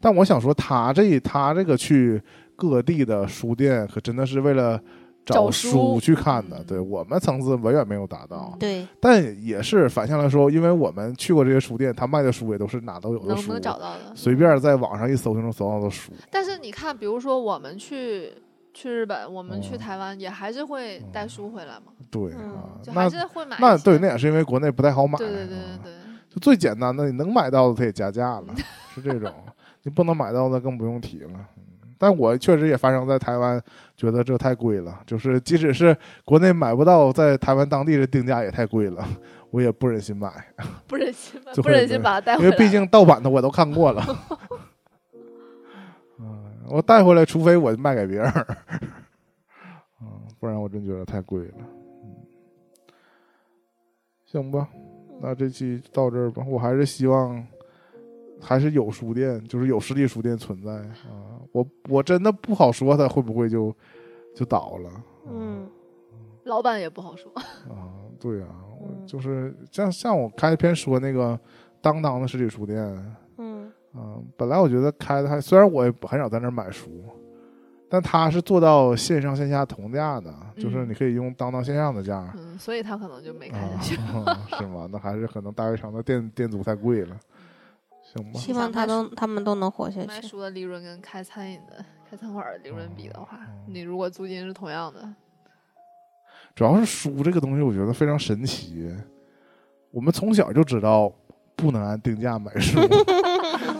Speaker 1: 但我想说，他这他这个去各地的书店，可真的是为了找
Speaker 3: 找书
Speaker 1: 书去看的。
Speaker 3: 嗯
Speaker 1: 对我们层次远远没有达到，
Speaker 4: 对，
Speaker 1: 但也是反向来说，因为我们去过这些书店，他卖的书也都是哪都有的
Speaker 3: 能
Speaker 1: 书，
Speaker 3: 能找到的。
Speaker 1: 随便在网上一搜就能搜到的书。
Speaker 3: 但是你看，比如说我们去去日本，我们去
Speaker 1: 嗯
Speaker 3: 台湾，也还是会带书回来嘛，
Speaker 1: 对
Speaker 4: 嗯
Speaker 1: 啊
Speaker 3: 就，还
Speaker 1: 那
Speaker 3: 是会买一些。
Speaker 1: 那对，那也是因为国内不太好买。
Speaker 3: 对对对
Speaker 1: 啊
Speaker 3: 对对，
Speaker 1: 就最简单的，你能买到的它也加 价了，是这种。你不能买到的更不用提了。嗯但我确实也发生在台湾，觉得这太贵了，就是即使是国内买不到，在台湾当地的定价也太贵了，我也不忍心买，
Speaker 3: 不忍心把，
Speaker 1: 就
Speaker 3: 不
Speaker 1: 会
Speaker 3: 忍心把它带回
Speaker 1: 因
Speaker 3: 来
Speaker 1: 为毕
Speaker 3: 了。
Speaker 1: 竟盗版的我都看 过了。嗯，我带回来，除非我卖给别人儿，嗯，不然我真觉得太贵了。嗯，行吧，
Speaker 3: 嗯
Speaker 1: 那这期到这儿吧。我还是希望还是有书店，就是有实体书店存在啊。我我真的不好说它会不会就就倒了。
Speaker 4: 嗯
Speaker 3: 老板也不好说，
Speaker 1: 啊，对啊，我
Speaker 4: 嗯
Speaker 1: 就是像像我开篇说那个当当的实体书店，
Speaker 4: 嗯
Speaker 1: 嗯，本来我觉得开的还，虽然我也很少在那儿买书，但它是做到线上线下同价的，就是
Speaker 3: 嗯
Speaker 1: 你可以用当当线上的价。啊
Speaker 3: 嗯，所以他可能就没开
Speaker 1: 哦
Speaker 3: 下 去。
Speaker 1: 是吗？那还是可能大悦城的店店租太贵了，行吧？
Speaker 4: 希望他都他们都能活下
Speaker 3: 卖
Speaker 4: 去。
Speaker 3: 书的利润跟开餐饮的、开餐馆儿的利润比的话，
Speaker 1: 嗯
Speaker 3: 你如果租金是同样的，
Speaker 1: 主要是书这个东西，我觉得非常神奇。我们从小就知道不能按定价买书，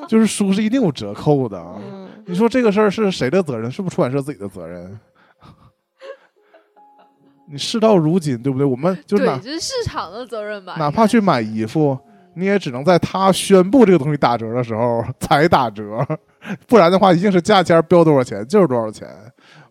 Speaker 1: 就是书是一定有折扣的。啊
Speaker 4: 嗯，
Speaker 1: 你说这个事儿是谁的责任？是不是出版社自己的责 任？你事到如今，对不对？我们就
Speaker 3: 对
Speaker 1: 哪，
Speaker 3: 这是市场的责任吧。
Speaker 1: 哪
Speaker 3: 应
Speaker 1: 怕
Speaker 3: 该
Speaker 1: 去买衣
Speaker 3: 嗯
Speaker 1: 服，你也只能在他宣布这个东西打折的时候 才打折，不然的话一定是价签标多少钱就是多少钱。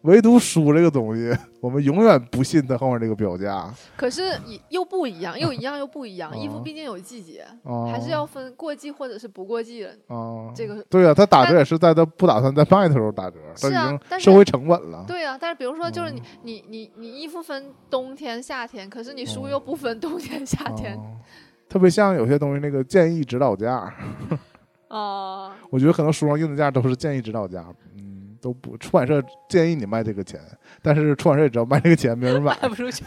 Speaker 1: 唯独书这个东西，我们永远不信它后面这个标价啊、
Speaker 3: 可是也又不一样，又一样又不一样。衣服
Speaker 1: 哦
Speaker 3: 毕竟有季节，
Speaker 1: 哦
Speaker 3: 还是要分过季或者是不过季的。
Speaker 1: 啊。
Speaker 3: 这个
Speaker 1: 对啊，他打折
Speaker 3: 但
Speaker 1: 也是在他不打算再卖的时候打折，他
Speaker 3: 是啊
Speaker 1: 已经
Speaker 3: 但是
Speaker 1: 收回成本了。
Speaker 3: 对啊，但是比如说，就是你、你你你衣服分冬天夏天，可是你书
Speaker 1: 哦
Speaker 3: 又不分冬天夏啊天
Speaker 1: 哦特别像有些东西那个建议指导价。
Speaker 3: 啊。
Speaker 1: 我觉得可能书上用的价都是建议指导价，嗯，都不出版社建议你卖这个钱，但是出版社只要卖这个钱，没人 买，
Speaker 3: 卖不出去，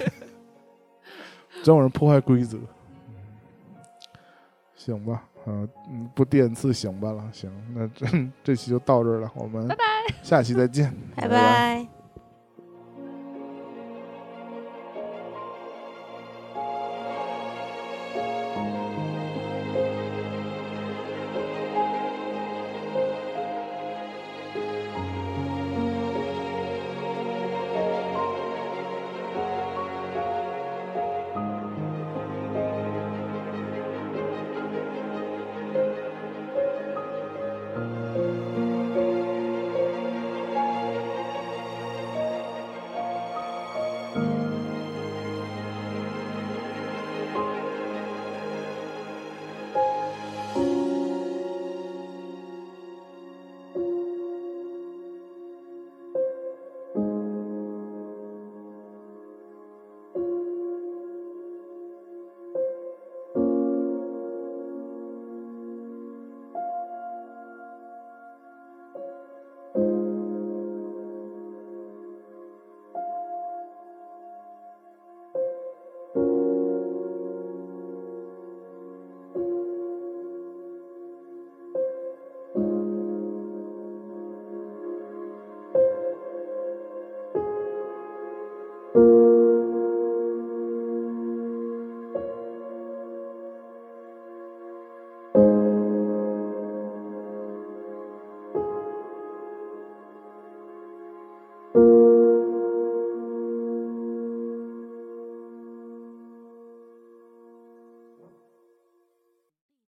Speaker 1: 总有人破坏规则。嗯行吧，嗯、嗯，不第 n 次 行吧了，行，那这这期就到这儿了，我们
Speaker 3: 拜
Speaker 1: 下期再见，
Speaker 4: 拜
Speaker 1: 拜
Speaker 4: 拜。